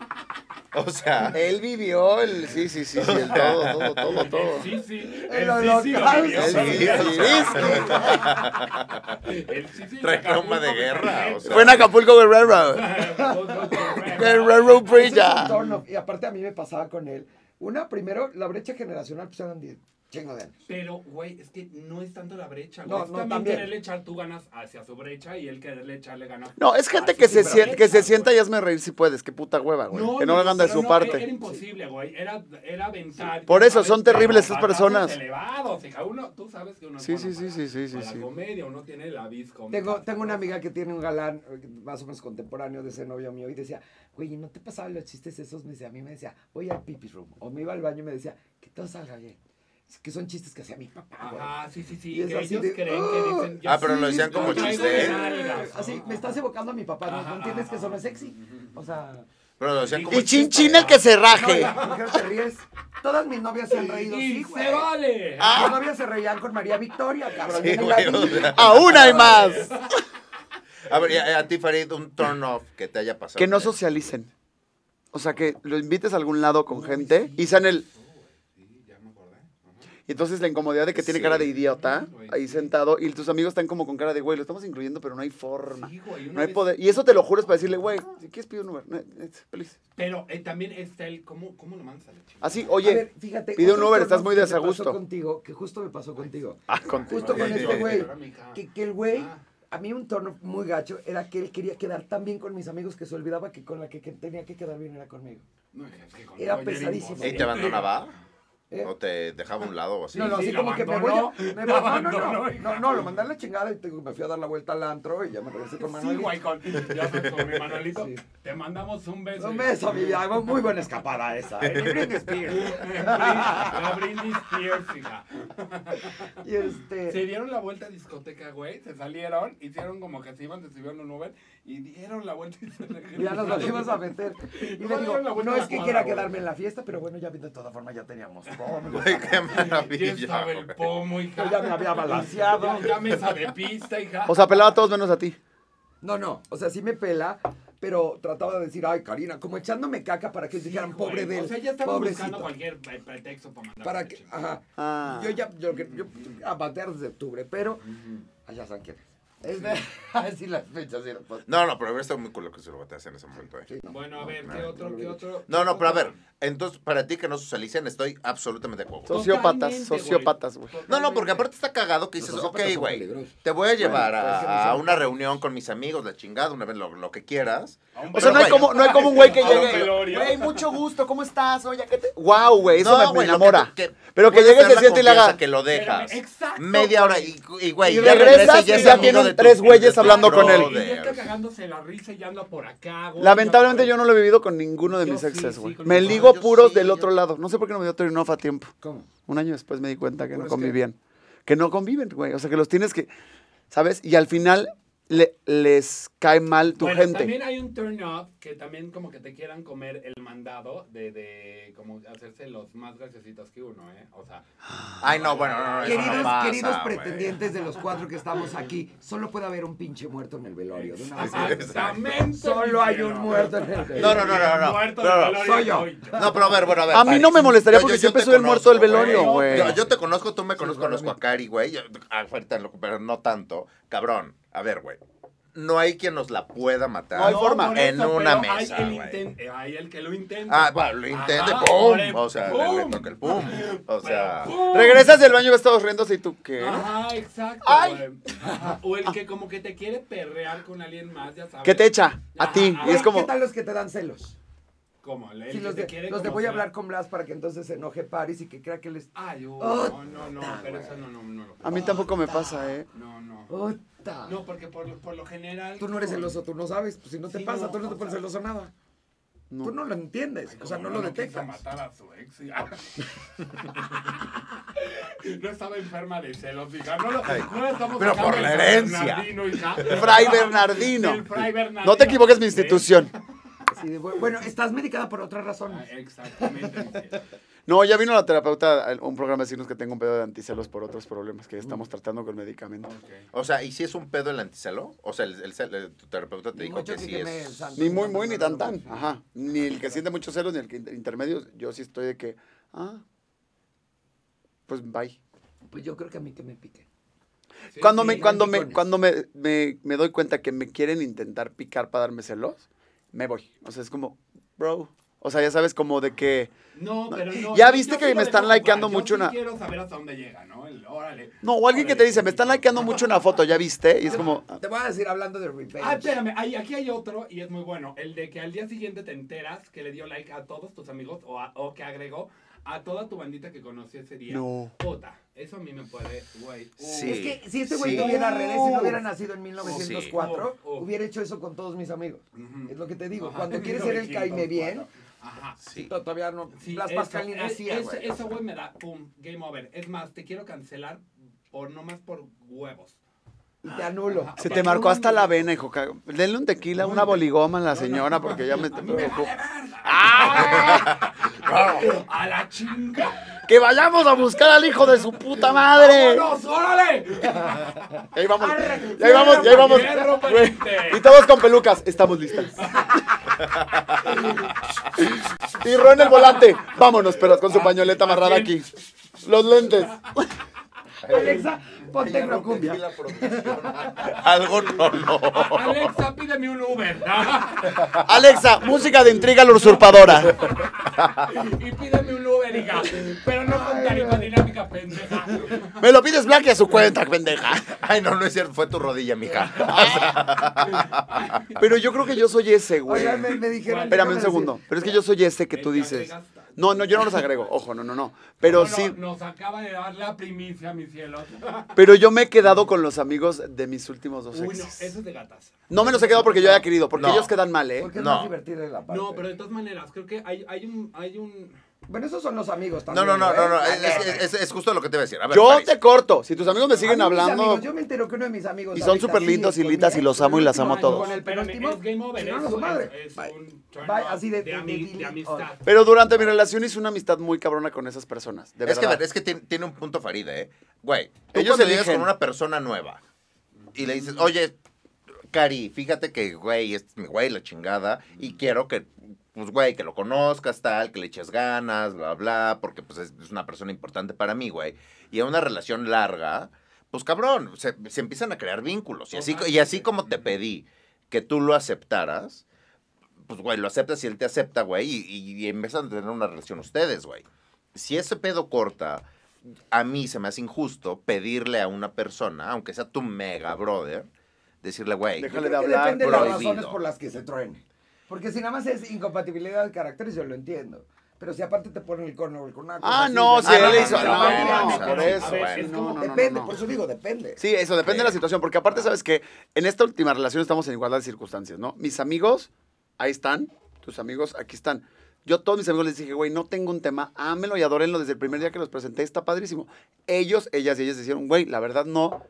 Speaker 4: O sea,
Speaker 2: Él vivió el. Sí, sí, sí, sí, el todo, todo, todo, todo.
Speaker 5: Sí, sí.
Speaker 1: El
Speaker 5: sí, sí,
Speaker 1: holocausto.
Speaker 5: obvio.
Speaker 2: El sí, sí,
Speaker 5: El sí, sí,
Speaker 4: trae trauma
Speaker 5: Acapulco,
Speaker 4: de guerra. O
Speaker 5: Acapulco.
Speaker 2: sí. Fue en
Speaker 4: sea,
Speaker 2: Acapulco con Railroad. El Railroad Bridge.
Speaker 1: Ese es un turn off. Y aparte a mí me pasaba con él. Una, primero, la brecha generacional, pues eran 10, chingo de años.
Speaker 5: Pero, güey, es que no es tanto la brecha,
Speaker 1: No,
Speaker 5: güey. es
Speaker 1: no,
Speaker 5: también,
Speaker 1: también.
Speaker 5: quererle echar tú ganas hacia su brecha y él quererle echarle ganas.
Speaker 2: No, es gente
Speaker 5: a
Speaker 2: que
Speaker 5: su
Speaker 2: se,
Speaker 5: brecha,
Speaker 2: sien- que se
Speaker 5: güey.
Speaker 2: sienta y hazme reír si puedes. Qué puta hueva, güey. que no lo hagan de
Speaker 5: pero
Speaker 2: su
Speaker 5: no, Era, era
Speaker 2: parte.
Speaker 5: imposible, güey. Era, era aventar.
Speaker 2: Por
Speaker 5: ya
Speaker 2: eso,
Speaker 5: sabes,
Speaker 2: son terribles
Speaker 5: pero
Speaker 2: esas personas.
Speaker 5: batazos Elevados, hija. Uno, tú sabes que uno es
Speaker 2: Sí,
Speaker 5: bueno
Speaker 2: sí, sí,
Speaker 5: para-
Speaker 2: sí, sí, sí,
Speaker 5: para
Speaker 2: sí.
Speaker 5: la comedia, uno tiene la visco.
Speaker 1: Tengo, tengo una amiga que tiene un galán eh, más o menos contemporáneo de ese novio mío y decía, güey, ¿y ¿no te pasaban los chistes esos? Me decía, a mí me decía, voy al pipi room. O me iba al baño y me decía, que todo salga bien. Es que son chistes que hacía mi papá, güey.
Speaker 5: Ajá, sí, sí, sí.
Speaker 1: Y es
Speaker 5: que
Speaker 1: así
Speaker 5: ellos
Speaker 1: de, "Oh".
Speaker 5: creen que dicen.
Speaker 4: Ah, pero lo decían como
Speaker 5: yo traigo
Speaker 4: chiste,
Speaker 5: de
Speaker 4: ¿eh?
Speaker 5: nalgas.
Speaker 1: Así, me estás evocando a mi papá, ¿no,
Speaker 5: Ajá,
Speaker 1: ¿No entiendes que eso no es
Speaker 5: ajá.
Speaker 1: sexy? O sea,
Speaker 4: pero lo decían como
Speaker 2: Y chin
Speaker 4: chiste.
Speaker 2: chin el que se
Speaker 1: no,
Speaker 2: raje.
Speaker 1: ya, ¿por qué te ríes? Todas mis novias se han reído,
Speaker 5: Y
Speaker 1: sí, güey.
Speaker 5: se vale.
Speaker 2: Ah,
Speaker 1: Mis novias se reían con María Victoria, cabrón.
Speaker 4: Sí,
Speaker 1: yo no la
Speaker 4: güey, o
Speaker 1: vi.
Speaker 4: sea.
Speaker 2: Aún hay más.
Speaker 4: A ver, y a, a ti, Farid, un turn off que te haya pasado.
Speaker 2: Que no socialicen. O sea, que lo invites a algún lado con gente y sean el... Y entonces la incomodidad de que tiene
Speaker 4: Sí.
Speaker 2: cara de idiota
Speaker 5: Sí, güey.
Speaker 2: ahí sentado y tus amigos están como con cara de, güey, lo estamos incluyendo, pero no hay forma.
Speaker 5: Sí, güey, una
Speaker 2: No hay
Speaker 5: vez-
Speaker 2: poder. Y eso te lo juro es para decirle, güey, si quieres pide un Uber, ne- ne- please.
Speaker 5: Pero eh, también está el cómo, cómo lo mandas a la chingada.
Speaker 2: Así,
Speaker 1: A
Speaker 2: oye,
Speaker 1: ver, fíjate,
Speaker 2: pide un
Speaker 1: otro
Speaker 2: Uber,
Speaker 1: turno
Speaker 2: estás muy
Speaker 1: que me Pasó
Speaker 2: desagusto.
Speaker 1: contigo, que justo me pasó contigo.
Speaker 2: Ah, contigo.
Speaker 1: Justo con este güey.
Speaker 5: Ahora, mija.
Speaker 1: Que, que el güey,
Speaker 5: Ah.
Speaker 1: a mí un tono muy gacho era que él quería quedar tan bien con mis amigos que se olvidaba que con la que, que tenía que quedar bien era conmigo.
Speaker 5: No, es que con
Speaker 1: Era
Speaker 5: Roger
Speaker 1: pesadísimo.
Speaker 5: imposible.
Speaker 4: ¿Y te abandonaba?
Speaker 1: ¿eh?
Speaker 4: ¿O te dejaba a un lado o así?
Speaker 1: no, no,
Speaker 5: sí,
Speaker 1: así
Speaker 5: lo
Speaker 1: como que me voy
Speaker 5: abandonó,
Speaker 1: a... me va- no,
Speaker 5: lo
Speaker 1: no, no,
Speaker 5: abandonó,
Speaker 1: no,
Speaker 5: hija.
Speaker 1: no, lo mandé a la chingada y te- me fui a dar la vuelta al antro y ya me regresé con
Speaker 5: Sí,
Speaker 1: Manuel.
Speaker 5: güey, con, ya sabes, con mi Manuelito.
Speaker 1: Sí.
Speaker 5: Te mandamos un beso.
Speaker 1: un beso, mi vida, muy buena escapada esa. ¿eh? Ni Britney Spears.
Speaker 5: La Britney Spears, hija.
Speaker 1: Y este...
Speaker 5: Se dieron la vuelta a discoteca, güey. Se salieron, hicieron como que se iban, se subieron a un Uber y dieron la vuelta y se regresaron.
Speaker 1: Ya nos volvimos a meter. Y le
Speaker 5: No le dieron la
Speaker 1: digo,
Speaker 5: vuelta
Speaker 1: no
Speaker 5: a la
Speaker 1: es que
Speaker 5: cuadra,
Speaker 1: quiera
Speaker 5: güey.
Speaker 1: quedarme en la fiesta, pero bueno, ya de toda forma ya teníamos todo.
Speaker 4: Güey, qué
Speaker 5: Ya
Speaker 4: maravilla.
Speaker 5: estaba el
Speaker 4: güey.
Speaker 5: pomo,
Speaker 1: Yo
Speaker 5: hija.
Speaker 1: ya me había balanceado.
Speaker 5: Ya, ya mesa de pista, hija.
Speaker 2: O sea, pelaba a todos menos a ti.
Speaker 1: No, no, o sea, sí me pela, pero trataba de decir, ay, Karina, como echándome caca para que dijeran, pobre de él,
Speaker 5: O sea, ya estaban buscando
Speaker 1: pobrecito.
Speaker 5: cualquier eh, pretexto para mandar.
Speaker 1: Para que, ajá.
Speaker 2: Ah.
Speaker 1: Yo ya, yo, yo, a batear desde octubre, pero, allá saben quién es. Es de- así las fechas y las cosas.
Speaker 4: No, no, pero hubiera estado muy culo que se lo bateas en ese momento. eh.
Speaker 5: Bueno, a ver, ¿qué otro, qué otro?
Speaker 4: No, no, pero a ver, entonces, para ti que no socialicen, estoy absolutamente de acuerdo.
Speaker 2: Sociópatas,
Speaker 5: Totalmente,
Speaker 2: sociópatas, güey.
Speaker 4: No, no, porque aparte está cagado que dices,
Speaker 1: Los
Speaker 4: ok,
Speaker 1: sociópatas son
Speaker 4: güey,
Speaker 1: peligrosos.
Speaker 4: te voy a llevar
Speaker 1: Bueno, pues,
Speaker 4: a,
Speaker 1: que no
Speaker 4: a
Speaker 1: son-
Speaker 4: una reunión con mis amigos, la chingada, una vez lo, lo que quieras.
Speaker 2: O sea, no hay,
Speaker 4: Pero,
Speaker 2: como, no hay como un güey que
Speaker 4: a lo
Speaker 2: llegue.
Speaker 5: velorio.
Speaker 2: Güey, mucho gusto, ¿cómo estás? Oye, ¿qué te.? ¡Wow, güey! Eso
Speaker 4: No,
Speaker 2: me- me,
Speaker 4: güey, lo
Speaker 2: enamora.
Speaker 4: que- que
Speaker 2: pero que
Speaker 4: puede
Speaker 2: llegue,
Speaker 4: ser
Speaker 2: se
Speaker 4: la
Speaker 2: siente y le haga.
Speaker 4: confianza que lo dejas.
Speaker 5: Espérame, exacto,
Speaker 4: Media hora
Speaker 5: güey.
Speaker 4: y, y, güey,
Speaker 2: Y
Speaker 4: ya
Speaker 2: regresas
Speaker 4: regresas
Speaker 2: y
Speaker 4: es
Speaker 2: ya
Speaker 4: amigo
Speaker 2: tienen
Speaker 4: de tu-
Speaker 2: tres güeyes
Speaker 4: de tu
Speaker 2: hablando con él.
Speaker 5: Y ya está
Speaker 4: brother.
Speaker 5: cagándose la risa y ya anda por acá, güey.
Speaker 2: Lamentablemente
Speaker 5: Ya
Speaker 2: yo no lo he vivido con ninguno de
Speaker 5: Yo
Speaker 2: mis
Speaker 5: sí,
Speaker 2: exes,
Speaker 5: sí,
Speaker 2: güey.
Speaker 5: con
Speaker 2: me
Speaker 5: mi-
Speaker 2: ligo
Speaker 4: yo
Speaker 2: puros
Speaker 4: sí,
Speaker 2: del
Speaker 4: yo-
Speaker 2: otro lado. No sé por qué no me dio turn off a tiempo.
Speaker 1: ¿Cómo?
Speaker 2: Un año después me di cuenta
Speaker 5: Pues
Speaker 2: que no
Speaker 1: ¿Puros qué?
Speaker 2: convivían. Que no conviven, güey. O sea, que los tienes que. ¿Sabes? Y al final le- les cae mal tu
Speaker 5: Bueno,
Speaker 2: gente.
Speaker 5: También hay un turn off que también como que te quieran comer el mandado de, de como hacerse los más graciositos que uno, ¿eh? O sea,
Speaker 4: Ay, no, bueno, no, no, eso no
Speaker 1: Queridos,
Speaker 4: pasa,
Speaker 1: queridos
Speaker 4: güey.
Speaker 1: pretendientes de los cuatro que estamos aquí, solo puede haber un pinche muerto en el velorio. de una vez.
Speaker 5: exactamente.
Speaker 1: Solo hay un muerto en el velorio.
Speaker 4: No, no, no, no, no.
Speaker 5: Muerto
Speaker 4: No,
Speaker 5: de
Speaker 4: no,
Speaker 5: calor
Speaker 1: soy
Speaker 5: y
Speaker 1: yo.
Speaker 4: No, pero a ver, bueno, a ver.
Speaker 2: A mí no me molestaría porque siempre
Speaker 4: te
Speaker 2: soy el muerto del velorio, güey.
Speaker 4: Yo, yo te conozco, tú me conozco,
Speaker 1: Sí,
Speaker 4: conozco a Cari, güey. Yo- ah, Ahorita, lo- pero no tanto. Cabrón, a ver, güey. No hay quien nos la pueda matar.
Speaker 2: No hay forma.
Speaker 5: por
Speaker 4: En una
Speaker 5: pero
Speaker 4: mesa,
Speaker 5: Hay el,
Speaker 4: güey.
Speaker 5: inten- eh, hay el que lo intenta.
Speaker 4: Ah, bueno, lo intente,
Speaker 5: Ajá,
Speaker 4: pum.
Speaker 5: por el
Speaker 4: O sea, le- le
Speaker 5: pum.
Speaker 4: toca el pum. O sea.
Speaker 5: ¡Pum!
Speaker 2: Regresas del baño y ves todos riéndose y tú, ¿qué?
Speaker 5: Ajá, exacto.
Speaker 2: Ay.
Speaker 5: güey. Ajá. O el que como que te quiere perrear con alguien más, ya sabes.
Speaker 2: ¿Qué te echa? A ti.
Speaker 5: Ajá.
Speaker 2: Y es
Speaker 1: ¿Qué
Speaker 2: como.
Speaker 1: tal los que te dan celos?
Speaker 5: Como el, el
Speaker 1: Sí,
Speaker 5: que
Speaker 1: los
Speaker 5: te
Speaker 1: de,
Speaker 5: quiere
Speaker 1: los de
Speaker 5: como
Speaker 1: voy a
Speaker 5: sea.
Speaker 1: hablar con Blas para que entonces se enoje Paris y que crea que les...
Speaker 5: Ay, oh,
Speaker 1: Oh,
Speaker 5: no, no, no, pero eso no, no, no. lo
Speaker 2: A mí tampoco me pasa, ¿eh?
Speaker 5: No, no.
Speaker 1: ¡Ota!
Speaker 5: No, porque por, lo- por lo general.
Speaker 1: Oh. Tú no eres celoso, tú no sabes. Pues si no te
Speaker 5: Sí,
Speaker 1: pasa,
Speaker 5: no,
Speaker 1: tú no te
Speaker 5: o
Speaker 1: pones
Speaker 5: sea-
Speaker 1: celoso nada.
Speaker 2: No.
Speaker 1: Tú no lo entiendes, o sea, no lo
Speaker 5: detecta
Speaker 1: detectas.
Speaker 5: matar a su ex. y- no estaba enferma de celos, hija. No lo no la estamos
Speaker 4: Pero
Speaker 5: sacando
Speaker 4: por la
Speaker 5: del
Speaker 4: herencia.
Speaker 5: Bernardino, hija.
Speaker 2: Fray Bernardino.
Speaker 5: Del Fray Bernardino.
Speaker 2: No te equivoques, mi
Speaker 5: ¿Eh?
Speaker 2: institución.
Speaker 1: Así de, bueno, bueno, estás medicada por otra razón.
Speaker 5: Ah, Exactamente. mi cielo.
Speaker 2: No, ya vino la terapeuta a un programa a decirnos que tengo un pedo de anticelos por otros problemas que estamos tratando con medicamento.
Speaker 5: Ok.
Speaker 4: O sea, ¿y si es un pedo el anticelo? O sea, el, el cel- eh, tu terapeuta te
Speaker 1: Ni
Speaker 4: dijo
Speaker 1: mucho
Speaker 4: que sí
Speaker 1: que me
Speaker 4: es.
Speaker 1: santo,
Speaker 2: Ni muy,
Speaker 1: no,
Speaker 2: muy,
Speaker 1: no, no,
Speaker 2: ni tan,
Speaker 1: no,
Speaker 2: tan.
Speaker 1: no.
Speaker 2: Ajá. Ni el que siente muchos celos, ni el que inter- intermedio. Yo sí estoy de que, ah, pues bye.
Speaker 1: Pues yo creo que a mí que me pique.
Speaker 5: Sí,
Speaker 2: Cuando
Speaker 5: sí.
Speaker 2: me, cuando me,
Speaker 1: picones.
Speaker 2: cuando me, me, me doy cuenta que me quieren intentar picar para darme celos, me voy. O sea, es como, bro. O sea, ya sabes, como de que,
Speaker 5: No, pero no.
Speaker 2: Ya
Speaker 5: yo-
Speaker 2: viste
Speaker 5: yo
Speaker 2: que
Speaker 5: sí
Speaker 2: me
Speaker 5: lo
Speaker 2: están
Speaker 5: dejo
Speaker 2: likeando
Speaker 5: jugar. Yo
Speaker 2: mucho
Speaker 5: sí
Speaker 2: una-
Speaker 5: Quiero saber hasta dónde llega, ¿no? El- órale.
Speaker 2: no, o alguien que te
Speaker 5: Órale,
Speaker 2: dice, me están likeando mucho una foto, ¿ya viste? Y es como,
Speaker 1: Te voy a decir hablando de
Speaker 5: Ah,
Speaker 1: revenge.
Speaker 5: espérame, hay- aquí hay otro y es muy bueno. El de que al día siguiente te enteras que le dio like a todos tus amigos o, a- o que agregó a toda tu bandita que conocí ese día.
Speaker 2: No.
Speaker 5: Puta, eso a mí me puede, güey. uh.
Speaker 4: Sí.
Speaker 1: Es que si este güey
Speaker 4: Sí.
Speaker 1: tuviera redes, si no hubiera
Speaker 2: Uf.
Speaker 1: nacido en 1904,
Speaker 5: Sí. Uf, uf.
Speaker 1: hubiera hecho eso con todos mis amigos.
Speaker 5: Oh, Ujú.
Speaker 1: Es lo que te digo.
Speaker 5: Ajá.
Speaker 1: Cuando quieres ser el caime bien,
Speaker 5: Ajá.
Speaker 4: Sí.
Speaker 1: todavía no.
Speaker 5: Sí,
Speaker 1: Las
Speaker 5: eso,
Speaker 1: Pascalina
Speaker 5: es-
Speaker 1: hacía,
Speaker 5: es-
Speaker 1: güey.
Speaker 5: Eso, güey, me da, pum, game over. Es más, te quiero cancelar por no más por huevos.
Speaker 1: Y te anulo.
Speaker 5: Ajá.
Speaker 2: se te marcó hasta la vena, hijo. ca- Denle un tequila, una boligoma a la señora porque ya me...
Speaker 5: A mí me
Speaker 2: preocupo.
Speaker 5: vale verga. ¡Ah! ¡A la chinga!
Speaker 2: ¡Que vayamos a buscar al hijo de su puta madre!
Speaker 5: ¡Vámonos, órale!
Speaker 2: Y ahí vamos,
Speaker 1: Arre,
Speaker 2: y ahí vamos, y ahí vamos.
Speaker 5: hierro,
Speaker 2: Güey,
Speaker 5: pariente.
Speaker 2: Y todos con pelucas, estamos listas. Tiró en el volante. Vámonos, pero con su pañoleta amarrada aquí. Los lentes.
Speaker 1: Alexa, ponte una cumbia.
Speaker 4: Algo no, no.
Speaker 5: Alexa, pídeme un Uber.
Speaker 2: Alexa, música de intriga la usurpadora.
Speaker 5: y pídeme un Uber, hija. Pero no con tarifa dinámica, pendeja.
Speaker 2: Me lo pides Blacky a su cuenta, pendeja.
Speaker 4: Ay, no, no es cierto. Fue tu rodilla, mija.
Speaker 2: Pero yo creo que yo soy ese, güey.
Speaker 1: Oigan, me, me dijeron.
Speaker 2: Espérame un
Speaker 1: déjame
Speaker 2: segundo.
Speaker 1: decir,
Speaker 2: Pero es que yo soy ese que tú dices. No, no, yo no los agrego. Ojo, no, no, no. Pero
Speaker 5: Bueno,
Speaker 2: sí,
Speaker 5: Nos acaba de dar la primicia, mi cielo.
Speaker 2: pero yo me he quedado con los amigos de mis últimos dos
Speaker 5: Uy, no,
Speaker 2: exes.
Speaker 5: eso es de gatas.
Speaker 2: No me los he quedado porque yo haya querido, porque
Speaker 4: No.
Speaker 2: ellos quedan mal, ¿eh?
Speaker 1: Porque es
Speaker 4: No.
Speaker 1: más divertida la parte.
Speaker 5: No, pero de todas maneras, creo que hay, hay un. Hay un...
Speaker 1: Bueno, esos son los amigos
Speaker 4: No,
Speaker 1: también.
Speaker 4: no, no,
Speaker 1: ¿eh?
Speaker 4: no. no. Es, es- es- es justo lo que te iba a decir. A ver,
Speaker 2: Yo
Speaker 4: París.
Speaker 2: te corto. Si tus amigos me
Speaker 1: A mí
Speaker 2: siguen
Speaker 1: mis
Speaker 2: hablando.
Speaker 1: amigos, yo me entero que uno de mis amigos.
Speaker 2: Y son
Speaker 1: ahorita
Speaker 2: súper
Speaker 1: sí
Speaker 2: lindos y
Speaker 1: es con
Speaker 2: litas y
Speaker 1: él,
Speaker 2: los
Speaker 1: con
Speaker 2: amo y
Speaker 1: el
Speaker 2: las
Speaker 1: último
Speaker 2: amo a
Speaker 1: año,
Speaker 2: todos.
Speaker 1: Con el
Speaker 5: Espérame,
Speaker 1: penúltimo.
Speaker 5: es game over.
Speaker 1: no,
Speaker 5: eso
Speaker 1: no, su madre.
Speaker 5: Es,
Speaker 1: Bye.
Speaker 5: un turn
Speaker 1: Bye,
Speaker 5: off
Speaker 1: así de-
Speaker 5: de,
Speaker 1: de-
Speaker 5: ami-
Speaker 1: de-
Speaker 5: de amistad.
Speaker 2: Pero durante mi relación hice una amistad muy cabrona con esas personas. De
Speaker 4: Es que, a
Speaker 2: verdad.
Speaker 4: ver, es que tiene, tiene un punto Farida, ¿eh? Güey, tú
Speaker 2: Ellos
Speaker 4: cuando llegas
Speaker 2: eligen.
Speaker 4: con una persona nueva y le dices, oye, Cari, fíjate que, güey, este es mi güey, la chingada, y quiero que, pues, güey, que lo conozcas, tal, que le eches ganas, bla, bla, porque, pues, es, es una persona importante para mí, güey. Y en una relación larga, pues, cabrón, se, se empiezan a crear vínculos. Y así, y así como te pedí que tú lo aceptaras, pues, güey, lo aceptas y él te acepta, güey, y, y- y empiezan a tener una relación ustedes, güey. Si ese pedo corta, a mí se me hace injusto pedirle a una persona, aunque sea tu mega brother, decirle, güey,
Speaker 2: Déjale
Speaker 1: Yo creo
Speaker 2: de
Speaker 1: que
Speaker 2: hablar,
Speaker 1: depende de las
Speaker 4: prohibido.
Speaker 1: razones por las que se truene. Porque si nada más es incompatibilidad de caracteres, yo lo entiendo. Pero si aparte te ponen el corno o el cornaco.
Speaker 2: Ah, no, si
Speaker 4: Ah, no,
Speaker 2: él hizo.
Speaker 4: no,
Speaker 2: No,
Speaker 4: no,
Speaker 2: por
Speaker 4: no,
Speaker 2: eso.
Speaker 4: a ver,
Speaker 5: es
Speaker 2: No,
Speaker 5: como-
Speaker 2: no, no,
Speaker 1: depende,
Speaker 2: no.
Speaker 1: por eso digo, depende.
Speaker 2: Sí, eso depende de la
Speaker 4: Sí.
Speaker 2: situación, porque aparte sabes que en esta última relación estamos en igualdad de circunstancias, ¿no? Mis amigos, ahí están, tus amigos, aquí están. Yo a todos mis amigos les dije, güey, no tengo un tema, ámelo y adórenlo desde el primer día que los presenté, está padrísimo. Ellos, ellas y ellas dijeron, güey, la verdad no,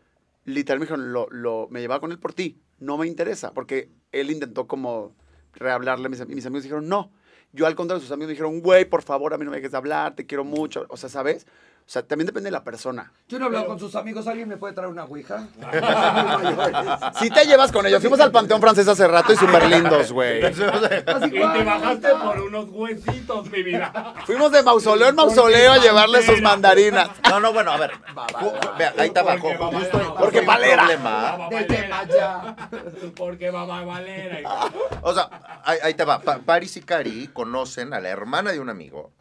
Speaker 2: literalmente me dijeron, lo, lo- me llevaba con él por ti, no me interesa, porque él intentó como rehablarle, a mis, am- y mis amigos dijeron, no. Yo al contrario, sus amigos me dijeron, güey, por favor, a mí no me dejes de hablar, te quiero mucho, o sea, ¿sabes? O sea, también depende de la persona.
Speaker 1: Yo no he hablado
Speaker 5: Pero-
Speaker 1: con sus amigos, ¿alguien me puede traer una ouija? Son muy mayores.
Speaker 2: Si te llevas con ellos, fuimos al Panteón Francés hace rato y súper lindos, güey.
Speaker 1: Así,
Speaker 5: Y te
Speaker 1: "Guau,
Speaker 5: bajaste
Speaker 1: guau".
Speaker 5: por unos huesitos, mi vida.
Speaker 2: Fuimos de mausoleo en mausoleo a llevarles sus mandarinas.
Speaker 4: No, no, bueno, a ver. ju- vea, ahí está abajo.
Speaker 5: Porque va
Speaker 4: Justo
Speaker 5: Valera.
Speaker 4: justo hay un
Speaker 2: Valera.
Speaker 4: problema.
Speaker 5: Baba
Speaker 1: Desde
Speaker 5: Valera.
Speaker 1: Maya.
Speaker 5: Porque Baba Valera. hija.
Speaker 4: O sea, ahí, ahí te va. Pa- Paris y Cari conocen a la hermana de un amigo.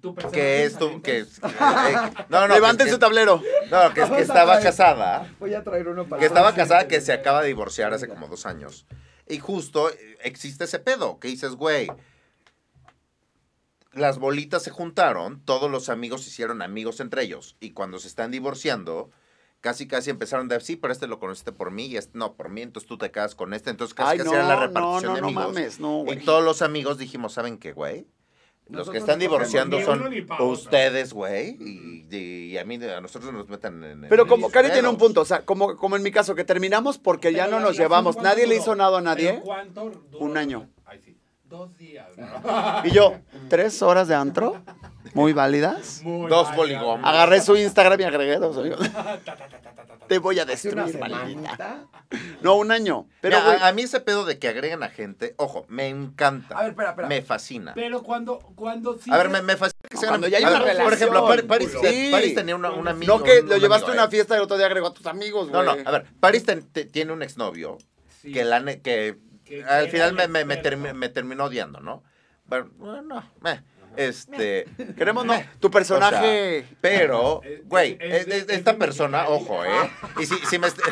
Speaker 5: Tu persona
Speaker 4: Que es tu. Que, es- que- eh, no, no.
Speaker 2: Levanten
Speaker 4: que-
Speaker 2: su tablero.
Speaker 4: No, que, es que estaba casada.
Speaker 1: Voy a traer uno para
Speaker 4: Que estaba
Speaker 1: todos.
Speaker 4: casada, que se acaba de divorciar hace como dos años. Y justo eh, existe ese pedo, que dices, güey, las bolitas se juntaron, todos los amigos se hicieron amigos entre ellos. Y cuando se están divorciando, casi casi empezaron de, sí, pero este lo conociste por mí y este no por mí, entonces tú te quedas con este. Entonces casi
Speaker 2: Ay,
Speaker 4: casi
Speaker 2: no,
Speaker 4: era la
Speaker 2: no,
Speaker 4: repartición
Speaker 2: no,
Speaker 4: de
Speaker 2: no
Speaker 4: amigos.
Speaker 2: mames, no,
Speaker 4: y
Speaker 2: güey.
Speaker 4: todos los amigos dijimos, ¿saben qué, güey? Los
Speaker 1: Nosotros
Speaker 4: que están
Speaker 1: no cogemos
Speaker 4: divorciando
Speaker 5: ni
Speaker 4: son
Speaker 5: uno ni pa' otro".
Speaker 4: ustedes, güey. Y, y a mí, a nosotros nos metan en.
Speaker 2: Pero
Speaker 4: en
Speaker 2: como
Speaker 4: mis
Speaker 2: Cari tiene un
Speaker 4: pedos.
Speaker 2: punto, o sea, como, como en mi caso, que terminamos porque ya no
Speaker 5: Pero la
Speaker 2: nos
Speaker 5: relación,
Speaker 2: llevamos.
Speaker 5: ¿cuánto
Speaker 2: Nadie le
Speaker 5: duró?
Speaker 2: hizo nada a nadie.
Speaker 5: ¿Pero ¿Cuánto duró?
Speaker 2: Un año.
Speaker 5: Ay, sí. Dos días. ¿no?
Speaker 2: Y yo, tres horas de antro, muy válidas.
Speaker 5: Muy
Speaker 4: Dos
Speaker 5: mal,
Speaker 4: boligón.
Speaker 5: ya.
Speaker 2: Agarré su Instagram y agregué dos amigos.
Speaker 5: Ta, ta, ta, ta, ta, ta.
Speaker 2: Te voy a
Speaker 1: Hace una
Speaker 2: destruir, maldita.
Speaker 1: semanita.
Speaker 2: No, un año. Pero,
Speaker 4: Mira,
Speaker 2: güey,
Speaker 4: a, a mí ese pedo de que agregan a gente, ojo, me encanta.
Speaker 1: A ver, espera, espera.
Speaker 4: Me fascina.
Speaker 5: Pero cuando, cuando sí.
Speaker 4: a ver,
Speaker 5: se-
Speaker 4: me, me fascina que sean
Speaker 2: cuando ya hay
Speaker 4: a
Speaker 2: una
Speaker 4: ver, Por ejemplo, Par-
Speaker 2: relación,
Speaker 4: París,
Speaker 2: culo.
Speaker 4: te-
Speaker 2: Sí.
Speaker 4: París tenía una, un amigo.
Speaker 2: no que
Speaker 4: un-
Speaker 2: lo
Speaker 4: un
Speaker 2: llevaste a
Speaker 4: amigo,
Speaker 2: una
Speaker 4: ¿eh?
Speaker 2: fiesta y el otro día agregó a tus amigos, güey.
Speaker 4: No, no, a ver, París ten- te- tiene un exnovio
Speaker 5: Sí.
Speaker 4: que, la, ne- que,
Speaker 5: Que
Speaker 4: al
Speaker 5: era
Speaker 4: final
Speaker 5: el
Speaker 4: me, me, me
Speaker 5: experto.
Speaker 4: termi- me terminó odiando, ¿no? Pero, bueno, meh, este...
Speaker 2: Queremos, no. Tu personaje.
Speaker 4: o sea, pero,
Speaker 5: Es-
Speaker 4: güey,
Speaker 5: es-
Speaker 4: es-
Speaker 5: es-
Speaker 4: es-
Speaker 5: es
Speaker 4: esta
Speaker 5: de
Speaker 4: persona,
Speaker 5: mexicano.
Speaker 4: ojo, ¿eh? Y si, si me... est-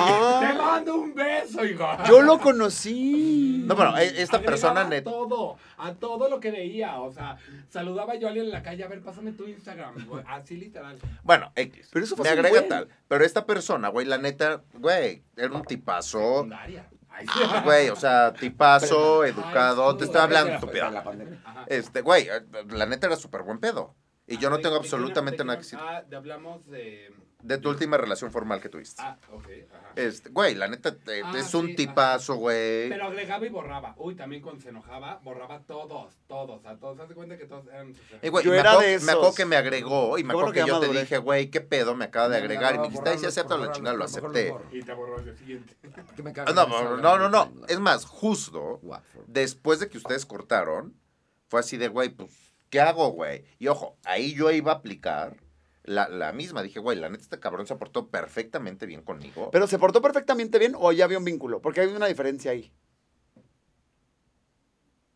Speaker 2: Ah.
Speaker 5: Te mando un beso, hijo.
Speaker 2: Yo lo conocí.
Speaker 4: No, bueno, eh, esta
Speaker 5: Agregaba
Speaker 4: persona...
Speaker 5: a
Speaker 4: net-
Speaker 5: todo, a todo lo que veía. O sea, saludaba yo a alguien en la calle. A ver, pásame tu Instagram. güey, Así literal.
Speaker 4: Bueno, X.
Speaker 2: Pero eso fue
Speaker 4: me
Speaker 2: hace un
Speaker 4: agrega
Speaker 2: buen.
Speaker 4: tal. Pero esta persona, güey, la neta, güey, era un tipazo. Ah,
Speaker 5: Secundaria. Ay,
Speaker 4: Oh. Güey, o sea, tipazo,
Speaker 5: Ay,
Speaker 4: educado.
Speaker 5: sí,
Speaker 4: te estoy hablando,
Speaker 5: era-
Speaker 1: Para la
Speaker 4: estúpida.
Speaker 1: pandemia.
Speaker 5: Ajá.
Speaker 4: Este, güey, eh, la neta era súper buen pedo. Y yo no
Speaker 5: Ah,
Speaker 4: tengo
Speaker 5: de- de-
Speaker 4: absolutamente
Speaker 5: de-
Speaker 4: nada que decir.
Speaker 5: Ah, de- hablamos de
Speaker 4: De tu última relación formal que tuviste.
Speaker 5: Ah, ok, ajá.
Speaker 4: Este, güey, la neta, eh,
Speaker 5: Ah,
Speaker 4: es un
Speaker 5: sí,
Speaker 4: tipazo, güey.
Speaker 5: Pero agregaba y borraba. Uy, también cuando se enojaba, borraba todos, todos, a todos. Haz de cuenta que todos eran... sus
Speaker 4: Eh, güey,
Speaker 2: Yo
Speaker 4: me,
Speaker 2: era
Speaker 4: acuerdo,
Speaker 2: de
Speaker 4: me
Speaker 2: esos.
Speaker 4: acuerdo que me agregó y me
Speaker 2: Qué bueno
Speaker 4: acuerdo que,
Speaker 2: que ya
Speaker 4: yo te
Speaker 2: maduré.
Speaker 4: dije, güey, ¿qué pedo me acaba de agregar? Y me dijiste, ay, sí, acepta la chingada, lo acepté.
Speaker 5: Y te borró el siguiente.
Speaker 1: Que me
Speaker 4: Ah,
Speaker 1: cagan
Speaker 4: No,
Speaker 1: en esa
Speaker 4: no,
Speaker 1: hora.
Speaker 4: no, no, no. Es más, justo
Speaker 1: Watford.
Speaker 4: después de que ustedes cortaron, fue así de, güey, pues, ¿qué hago, güey? Y ojo, ahí yo iba a aplicar la, la misma. Dije, güey, la neta, este cabrón se portó perfectamente bien conmigo.
Speaker 2: Pero se portó perfectamente bien o ya había un vínculo, porque hay una diferencia ahí.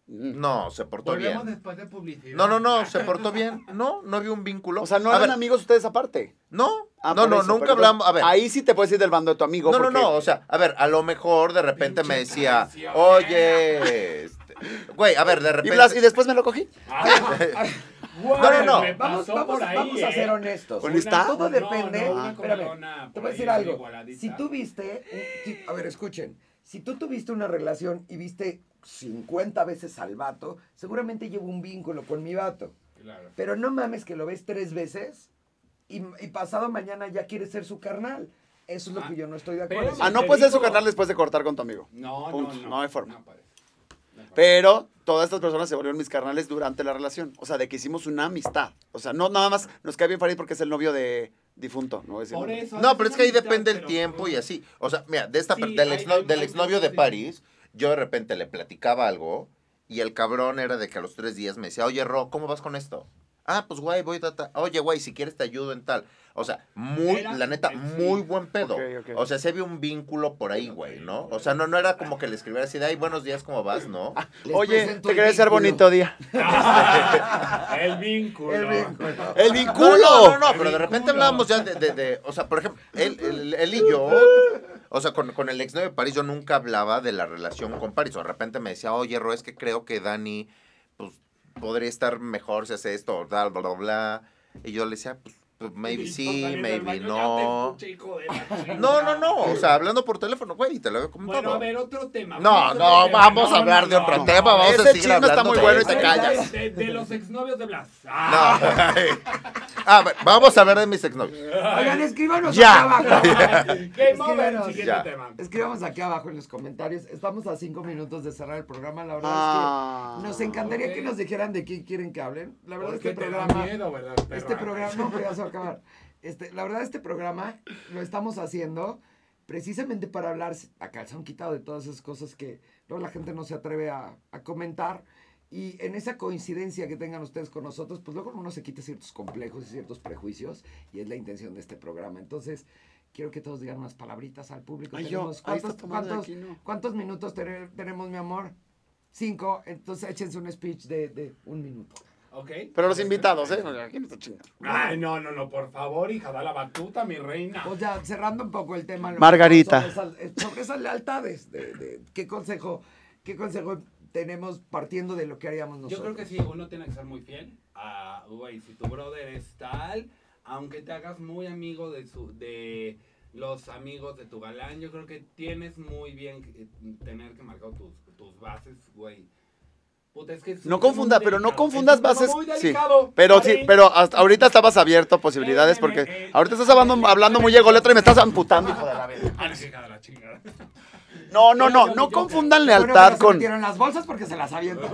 Speaker 2: Mm.
Speaker 4: no, se portó
Speaker 5: Volvemos
Speaker 4: bien.
Speaker 5: después de publicidad.
Speaker 4: No, no, no, se portó bien. No, no había un vínculo.
Speaker 2: O sea, no
Speaker 4: A
Speaker 2: eran
Speaker 4: ver,
Speaker 2: amigos ustedes aparte.
Speaker 4: No,
Speaker 2: Ah,
Speaker 4: no,
Speaker 2: por
Speaker 4: no,
Speaker 2: eso,
Speaker 4: nunca
Speaker 2: perdón.
Speaker 4: hablamos. A ver.
Speaker 2: Ahí sí te puedes ir del bando de tu amigo.
Speaker 4: No, no,
Speaker 2: porque-
Speaker 4: no, o sea, a ver, a lo mejor de repente me
Speaker 5: Pinche
Speaker 4: decía,
Speaker 5: traicionera.
Speaker 4: oye, este, güey, a ver, de
Speaker 2: Y,
Speaker 4: repente...
Speaker 2: blas- y después me lo cogí.
Speaker 5: Ah, Guau,
Speaker 4: No, no, no.
Speaker 5: me
Speaker 1: Vamos,
Speaker 5: pasó
Speaker 1: vamos,
Speaker 5: por ahí,
Speaker 1: vamos a
Speaker 5: ¿eh?
Speaker 1: ser honestos.
Speaker 2: Bueno, ¿está?
Speaker 1: Todo
Speaker 5: No,
Speaker 1: depende.
Speaker 5: no, una
Speaker 1: espérame,
Speaker 5: cobrona
Speaker 1: te
Speaker 5: por
Speaker 1: voy a
Speaker 5: ahí,
Speaker 1: decir algo.
Speaker 5: igualadita.
Speaker 1: Si tú viste, un- si- a ver, escuchen, si tú tuviste una relación y viste 50 veces al vato, seguramente llevo un vínculo con mi vato.
Speaker 5: Claro.
Speaker 1: Pero no mames que lo ves tres veces y, y pasado mañana ya quiere ser su carnal. Eso es lo
Speaker 5: Ah,
Speaker 1: que yo no estoy de
Speaker 5: pero-
Speaker 1: acuerdo.
Speaker 2: Ah, no
Speaker 5: te
Speaker 2: puedes hacer
Speaker 5: digo-
Speaker 2: su canal después de cortar con tu amigo.
Speaker 5: No,
Speaker 2: Punto.
Speaker 5: no, no.
Speaker 2: No hay forma.
Speaker 5: parece. No hay forma.
Speaker 2: Pero todas estas personas se volvieron mis carnales durante la relación. O sea, de que hicimos una amistad. O sea, no nada más nos cae bien Farid porque es el novio de difunto. No, voy a decir
Speaker 5: Por
Speaker 2: nombres.
Speaker 5: eso,
Speaker 4: No, pero es que ahí
Speaker 5: mitad,
Speaker 4: depende el
Speaker 5: pero-
Speaker 4: tiempo y así. O sea, mira, de esta, per-
Speaker 5: Sí,
Speaker 4: del,
Speaker 5: hay-
Speaker 4: exno-
Speaker 5: hay-
Speaker 4: del
Speaker 5: hay
Speaker 4: exnovio de
Speaker 5: cosas, sí.
Speaker 4: París, yo de repente le platicaba algo y el cabrón era de que a los tres días me decía, oye, Ro, ¿cómo vas con esto? Ah, pues guay, voy, tata. Oye, guay, si quieres te ayudo en tal. O sea, muy,
Speaker 5: Era-
Speaker 4: la neta,
Speaker 5: sí.
Speaker 4: muy buen pedo.
Speaker 2: Ok, ok.
Speaker 4: O sea, se había un vínculo por ahí, güey, ¿no? O sea, no, no era como que le escribiera así de, ay, buenos días, ¿cómo vas, no?
Speaker 1: Les
Speaker 2: Oye,
Speaker 1: presento
Speaker 2: te
Speaker 1: el
Speaker 2: quería ser
Speaker 1: vínculo.
Speaker 2: bonito día.
Speaker 5: el vínculo.
Speaker 1: El vínculo.
Speaker 2: ¡El
Speaker 4: No,
Speaker 2: vínculo!
Speaker 4: no, no, no, pero de
Speaker 5: Ridículo.
Speaker 4: repente hablábamos ya de, de- de- o sea, por ejemplo, él, él- él y yo, o sea, con, con el exnovio de París yo nunca hablaba de la relación con París. O de repente me decía, oye, Ro, es que creo que Dani, pues, podría estar mejor si hace esto, o tal, bla, bla, bla. Y yo le decía, pues, pues, maybe
Speaker 5: Listo,
Speaker 4: sí,
Speaker 5: saliendo del
Speaker 4: maybe
Speaker 5: baño, ya te
Speaker 4: no.
Speaker 5: escuché, hijo de la chingada.
Speaker 4: No, no, no, o sea, hablando por teléfono, güey, te lo había comentado.
Speaker 5: Bueno, a ver, otro tema.
Speaker 4: no,
Speaker 5: Otro
Speaker 4: no,
Speaker 5: tema.
Speaker 4: vamos
Speaker 5: No,
Speaker 4: a hablar de
Speaker 5: no,
Speaker 4: otro
Speaker 5: no.
Speaker 4: tema, vamos
Speaker 2: Ese
Speaker 4: a seguir
Speaker 2: chisme está
Speaker 4: hablando
Speaker 2: muy
Speaker 4: de
Speaker 2: bueno y
Speaker 4: esto.
Speaker 2: te callas.
Speaker 5: De, de los exnovios de Blas.
Speaker 4: No.
Speaker 5: Ah,
Speaker 4: A ver, vamos a hablar de mis exnovios.
Speaker 1: Oigan, escríbanos
Speaker 2: Ya.
Speaker 1: acá abajo.
Speaker 5: Game over,
Speaker 1: Escríbanos.
Speaker 5: siguiente
Speaker 4: Ya.
Speaker 5: tema.
Speaker 1: Escribamos aquí abajo en los comentarios. Estamos a cinco minutos de cerrar el programa. La verdad
Speaker 2: Ah.
Speaker 1: es que nos encantaría
Speaker 5: Ok.
Speaker 1: que nos dijeran de qué quieren que hablen. La verdad,
Speaker 5: Porque
Speaker 1: este
Speaker 5: te da
Speaker 1: programa.
Speaker 5: miedo, ¿verdad, perra?
Speaker 1: Este programa. No, pero ya se va a acabar. Este, la verdad, este programa lo estamos haciendo precisamente para hablar a calzón quitado de todas esas cosas que luego la gente no se atreve a, a comentar. Y en esa coincidencia que tengan ustedes con nosotros, pues luego uno se quita ciertos complejos y ciertos prejuicios, y es la intención de este programa. Entonces, quiero que todos digan unas palabritas al público.
Speaker 2: Ay, yo,
Speaker 1: Tenemos-
Speaker 2: ahí
Speaker 1: ¿cuántos-
Speaker 2: está tomando de
Speaker 1: cuántos-
Speaker 2: aquí, ¿no?
Speaker 1: ¿Cuántos minutos tene- tenemos, mi amor? Cinco. Entonces échense un speech de, de un minuto.
Speaker 5: Ok. Este.
Speaker 2: Pero los invitados, ¿eh? Aquí no está chingando.
Speaker 5: Ay, no, no, no, por favor, hija, da la batuta, mi reina.
Speaker 1: Pues ya, cerrando un poco el tema. lo-
Speaker 2: Margarita.
Speaker 1: Sobre, esas- eh, sobre esas lealtades. de- de- ¿qué, consejo, ¿Qué consejo tenemos partiendo de lo que haríamos
Speaker 5: Yo
Speaker 1: nosotros?
Speaker 5: creo que sí, uno tiene que ser muy fiel a, güey, si tu brother es tal, aunque te hagas muy amigo de su, de los amigos de tu galán, yo creo que tienes muy bien que- eh, tener que marcar tus, tus bases, güey. Puta, es que es
Speaker 2: No
Speaker 5: un tema
Speaker 2: confunda,
Speaker 5: muy
Speaker 2: pero no
Speaker 5: delicado.
Speaker 2: confundas
Speaker 5: Es un tema
Speaker 2: bases.
Speaker 5: muy
Speaker 2: Sí,
Speaker 5: delicado,
Speaker 2: pero
Speaker 5: Karim.
Speaker 2: sí, pero hasta ahorita estabas abierto a posibilidades
Speaker 5: Eh,
Speaker 2: porque
Speaker 5: eh,
Speaker 2: ahorita estás hablando, hablando muy ególatra y me estás amputando, hijo de la verga.
Speaker 5: Ah, la hija de la chingada.
Speaker 2: No, no, no, no confundan lealtad
Speaker 1: con...
Speaker 2: con.
Speaker 1: metieron las bolsas porque se las avientan.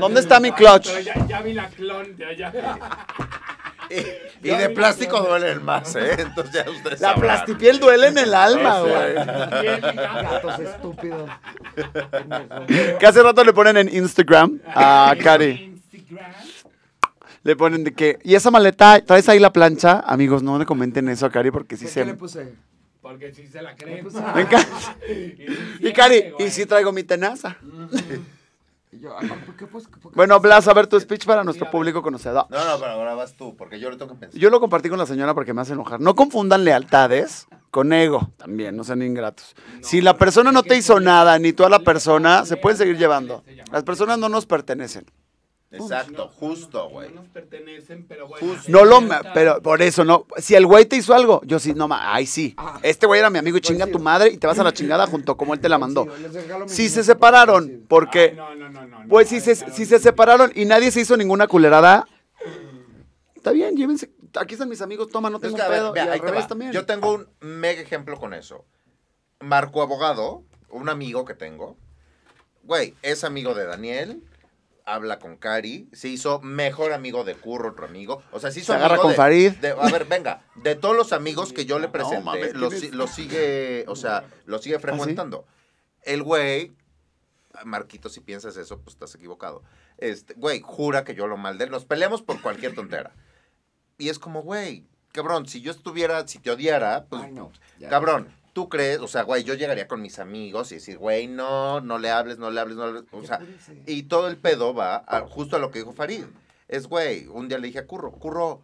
Speaker 2: ¿Dónde está mi clutch?
Speaker 5: Pero ya, ya vi la clon de allá.
Speaker 4: Y, y de plástico duelen más, ¿eh? Entonces ya ustedes
Speaker 2: La
Speaker 4: sabrán.
Speaker 2: plastipiel duele en el alma,
Speaker 4: Sí, sí.
Speaker 2: güey.
Speaker 5: Bien, hija.
Speaker 1: Gatos estúpidos.
Speaker 2: Que hace rato le ponen en Instagram a Ah, Cari.
Speaker 5: Instagram.
Speaker 2: Le ponen de que. ¿Y esa maleta? ¿Traes ahí la plancha? Amigos, no le comenten eso a Cari porque sí
Speaker 1: ¿Por ¿Qué le
Speaker 2: se.
Speaker 1: puse?
Speaker 5: Porque si se la creen.
Speaker 1: Pues, ah.
Speaker 2: Me encanta. Y Cari,
Speaker 5: eh.
Speaker 2: y sí traigo mi tenaza.
Speaker 1: Y Yo, ay, ¿por qué, pues, por qué
Speaker 2: Bueno,
Speaker 1: puse?
Speaker 2: Blas, a ver tu speech para nuestro público conocedor.
Speaker 4: No, no, pero ahora vas tú, porque yo le tengo que pensar.
Speaker 2: Yo lo compartí con la señora porque me hace enojar. No confundan lealtades con ego también, no sean ingratos. si la persona no te hizo nada, ni tú a la persona, se pueden seguir llevando. Las personas no nos pertenecen.
Speaker 4: Exacto, justo, güey.
Speaker 5: No nos pertenecen, pero bueno. Ah,
Speaker 4: Justo.
Speaker 2: No lo, ma- pero por eso no. Si el güey te hizo algo, yo sí, no, ma- ay sí. Este güey era mi amigo y chinga tu madre y te vas a la chingada junto como él te la mandó.
Speaker 1: Coincido, Pues les regalo mi
Speaker 2: Si se
Speaker 1: minuto,
Speaker 2: separaron,
Speaker 1: coincido.
Speaker 5: Ay,
Speaker 2: porque,
Speaker 5: no, no, no, no, no.
Speaker 2: pues si se,
Speaker 5: Ay, claro,
Speaker 2: si se
Speaker 5: sí.
Speaker 2: separaron y nadie se hizo ninguna culerada, está bien, llévense, aquí están mis amigos, toma, no
Speaker 4: Es
Speaker 2: tengo
Speaker 4: que, a ver,
Speaker 2: pedo.
Speaker 4: vea,
Speaker 2: y al
Speaker 4: ahí te
Speaker 2: revés
Speaker 4: va.
Speaker 2: también.
Speaker 4: Yo tengo un mega ejemplo con eso. Marco Abogado, un amigo que tengo, güey, es amigo de Daniel, habla con Cari, se hizo mejor amigo de Curro, otro amigo. O sea, se hizo
Speaker 2: Se agarra
Speaker 4: amigo
Speaker 2: con
Speaker 4: de-
Speaker 2: Farid.
Speaker 4: de- a ver, venga, de todos los amigos que yo le presenté,
Speaker 2: mames,
Speaker 4: lo,
Speaker 2: ¿quién
Speaker 4: si-
Speaker 2: es? ¿Ah,
Speaker 4: lo sigue, o sea, lo sigue frecuentando. El güey, Marquito, si piensas eso, pues estás equivocado. Este, güey, jura que yo lo mal de él. Nos peleamos por cualquier tontera. Y es como, güey, cabrón, si yo estuviera, si te odiara, pues,
Speaker 1: Ay, no, ya.
Speaker 4: cabrón, tú crees, o sea, güey, yo llegaría con mis amigos y decir, güey, no, no le hables, no le hables, no le hables. O sea,
Speaker 1: apúrense.
Speaker 4: y todo el pedo va a- justo a lo que dijo Farid. Es, güey, un día le dije a Curro, Curro,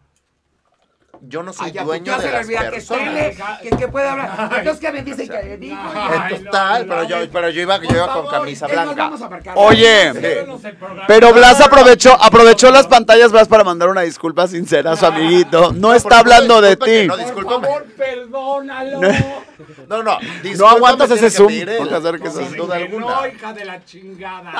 Speaker 4: yo no soy
Speaker 1: Ay, ya, pues,
Speaker 4: dueño
Speaker 1: ya
Speaker 4: de
Speaker 1: se le
Speaker 4: las
Speaker 1: olvida que
Speaker 4: personas.
Speaker 1: tele, que, que puede hablar. Entonces que me dicen que le digo.
Speaker 5: Ay,
Speaker 4: Es
Speaker 5: no,
Speaker 4: total,
Speaker 5: no,
Speaker 4: pero,
Speaker 5: no,
Speaker 4: yo, pero yo iba, yo
Speaker 1: Por
Speaker 4: iba con
Speaker 1: favor,
Speaker 4: camisa
Speaker 1: ya nos
Speaker 4: blanca.
Speaker 1: vamos a marcar.
Speaker 2: Oye.
Speaker 5: Cierrenos el programa.
Speaker 2: Pero Blas aprovechó, aprovechó las pantallas Blas para mandar una disculpa sincera a su amiguito. No está
Speaker 4: favor,
Speaker 2: hablando de
Speaker 4: disculpa que
Speaker 2: ti.
Speaker 4: no
Speaker 5: Por
Speaker 4: discúlpame.
Speaker 5: favor, perdónalo.
Speaker 4: No, no,
Speaker 2: No aguantas
Speaker 4: discúlpame,
Speaker 2: ese
Speaker 4: tiene que
Speaker 2: zoom.
Speaker 4: pedir él.
Speaker 2: Porque hacer que
Speaker 5: Como
Speaker 2: sin
Speaker 5: de
Speaker 4: duda
Speaker 5: que No,
Speaker 4: alguna.
Speaker 5: hija de la chingada.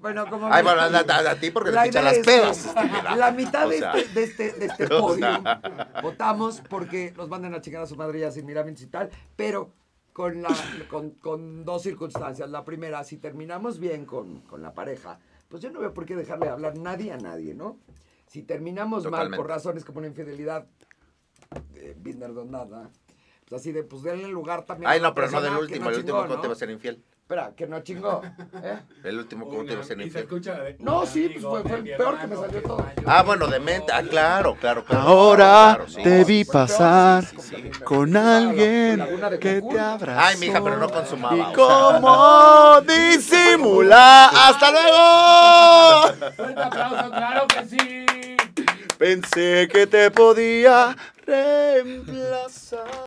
Speaker 1: Bueno, como.
Speaker 4: Ay, bueno, a, a- a ti porque
Speaker 1: La
Speaker 4: te echan
Speaker 1: idea
Speaker 4: las
Speaker 1: es
Speaker 4: pedas.
Speaker 1: que
Speaker 4: estúpida.
Speaker 1: La mitad
Speaker 4: O
Speaker 1: de,
Speaker 4: sea,
Speaker 1: este, de este, de este
Speaker 4: o
Speaker 1: podio
Speaker 4: sea.
Speaker 1: votamos porque nos mandan a chingar a su madre ya sin miramientos y tal, pero con, la, con, con dos circunstancias. La primera, si terminamos bien con, con la pareja, pues yo no veo por qué dejarle hablar nadie a nadie, ¿no? Si terminamos mal
Speaker 4: Totalmente.
Speaker 1: por razones como una infidelidad, eh, bien perdonada, pues así de, pues denle lugar también. a
Speaker 4: Ay,
Speaker 1: la
Speaker 4: no, pero no
Speaker 1: persona
Speaker 4: del
Speaker 1: que
Speaker 4: último. el
Speaker 1: chingó,
Speaker 4: último, ¿cómo
Speaker 1: ¿no?
Speaker 4: te va a ser infiel?
Speaker 1: Espera, que no chingó, ¿eh?
Speaker 4: El último, ¿cómo te va a ser
Speaker 5: Y se
Speaker 4: infiel?
Speaker 5: escucha la de,
Speaker 1: No,
Speaker 5: un
Speaker 1: sí,
Speaker 5: amigo
Speaker 1: pues, fue- fue
Speaker 5: de mi
Speaker 1: el peor que me
Speaker 5: hermano
Speaker 1: salió todo.
Speaker 5: falló.
Speaker 4: Ah, bueno, de mente. Ah, claro, claro, claro.
Speaker 2: Ahora
Speaker 4: claro, sí.
Speaker 2: te vi pasar
Speaker 4: sí, sí.
Speaker 2: con alguien que te abrazó.
Speaker 4: Ay, mija, pero no consumaba, o
Speaker 2: ¿Y
Speaker 4: sea.
Speaker 2: cómo disimula? ¡Hasta luego!
Speaker 5: Fuerte aplauso, claro que sí.
Speaker 2: Pensé que te podía reemplazar.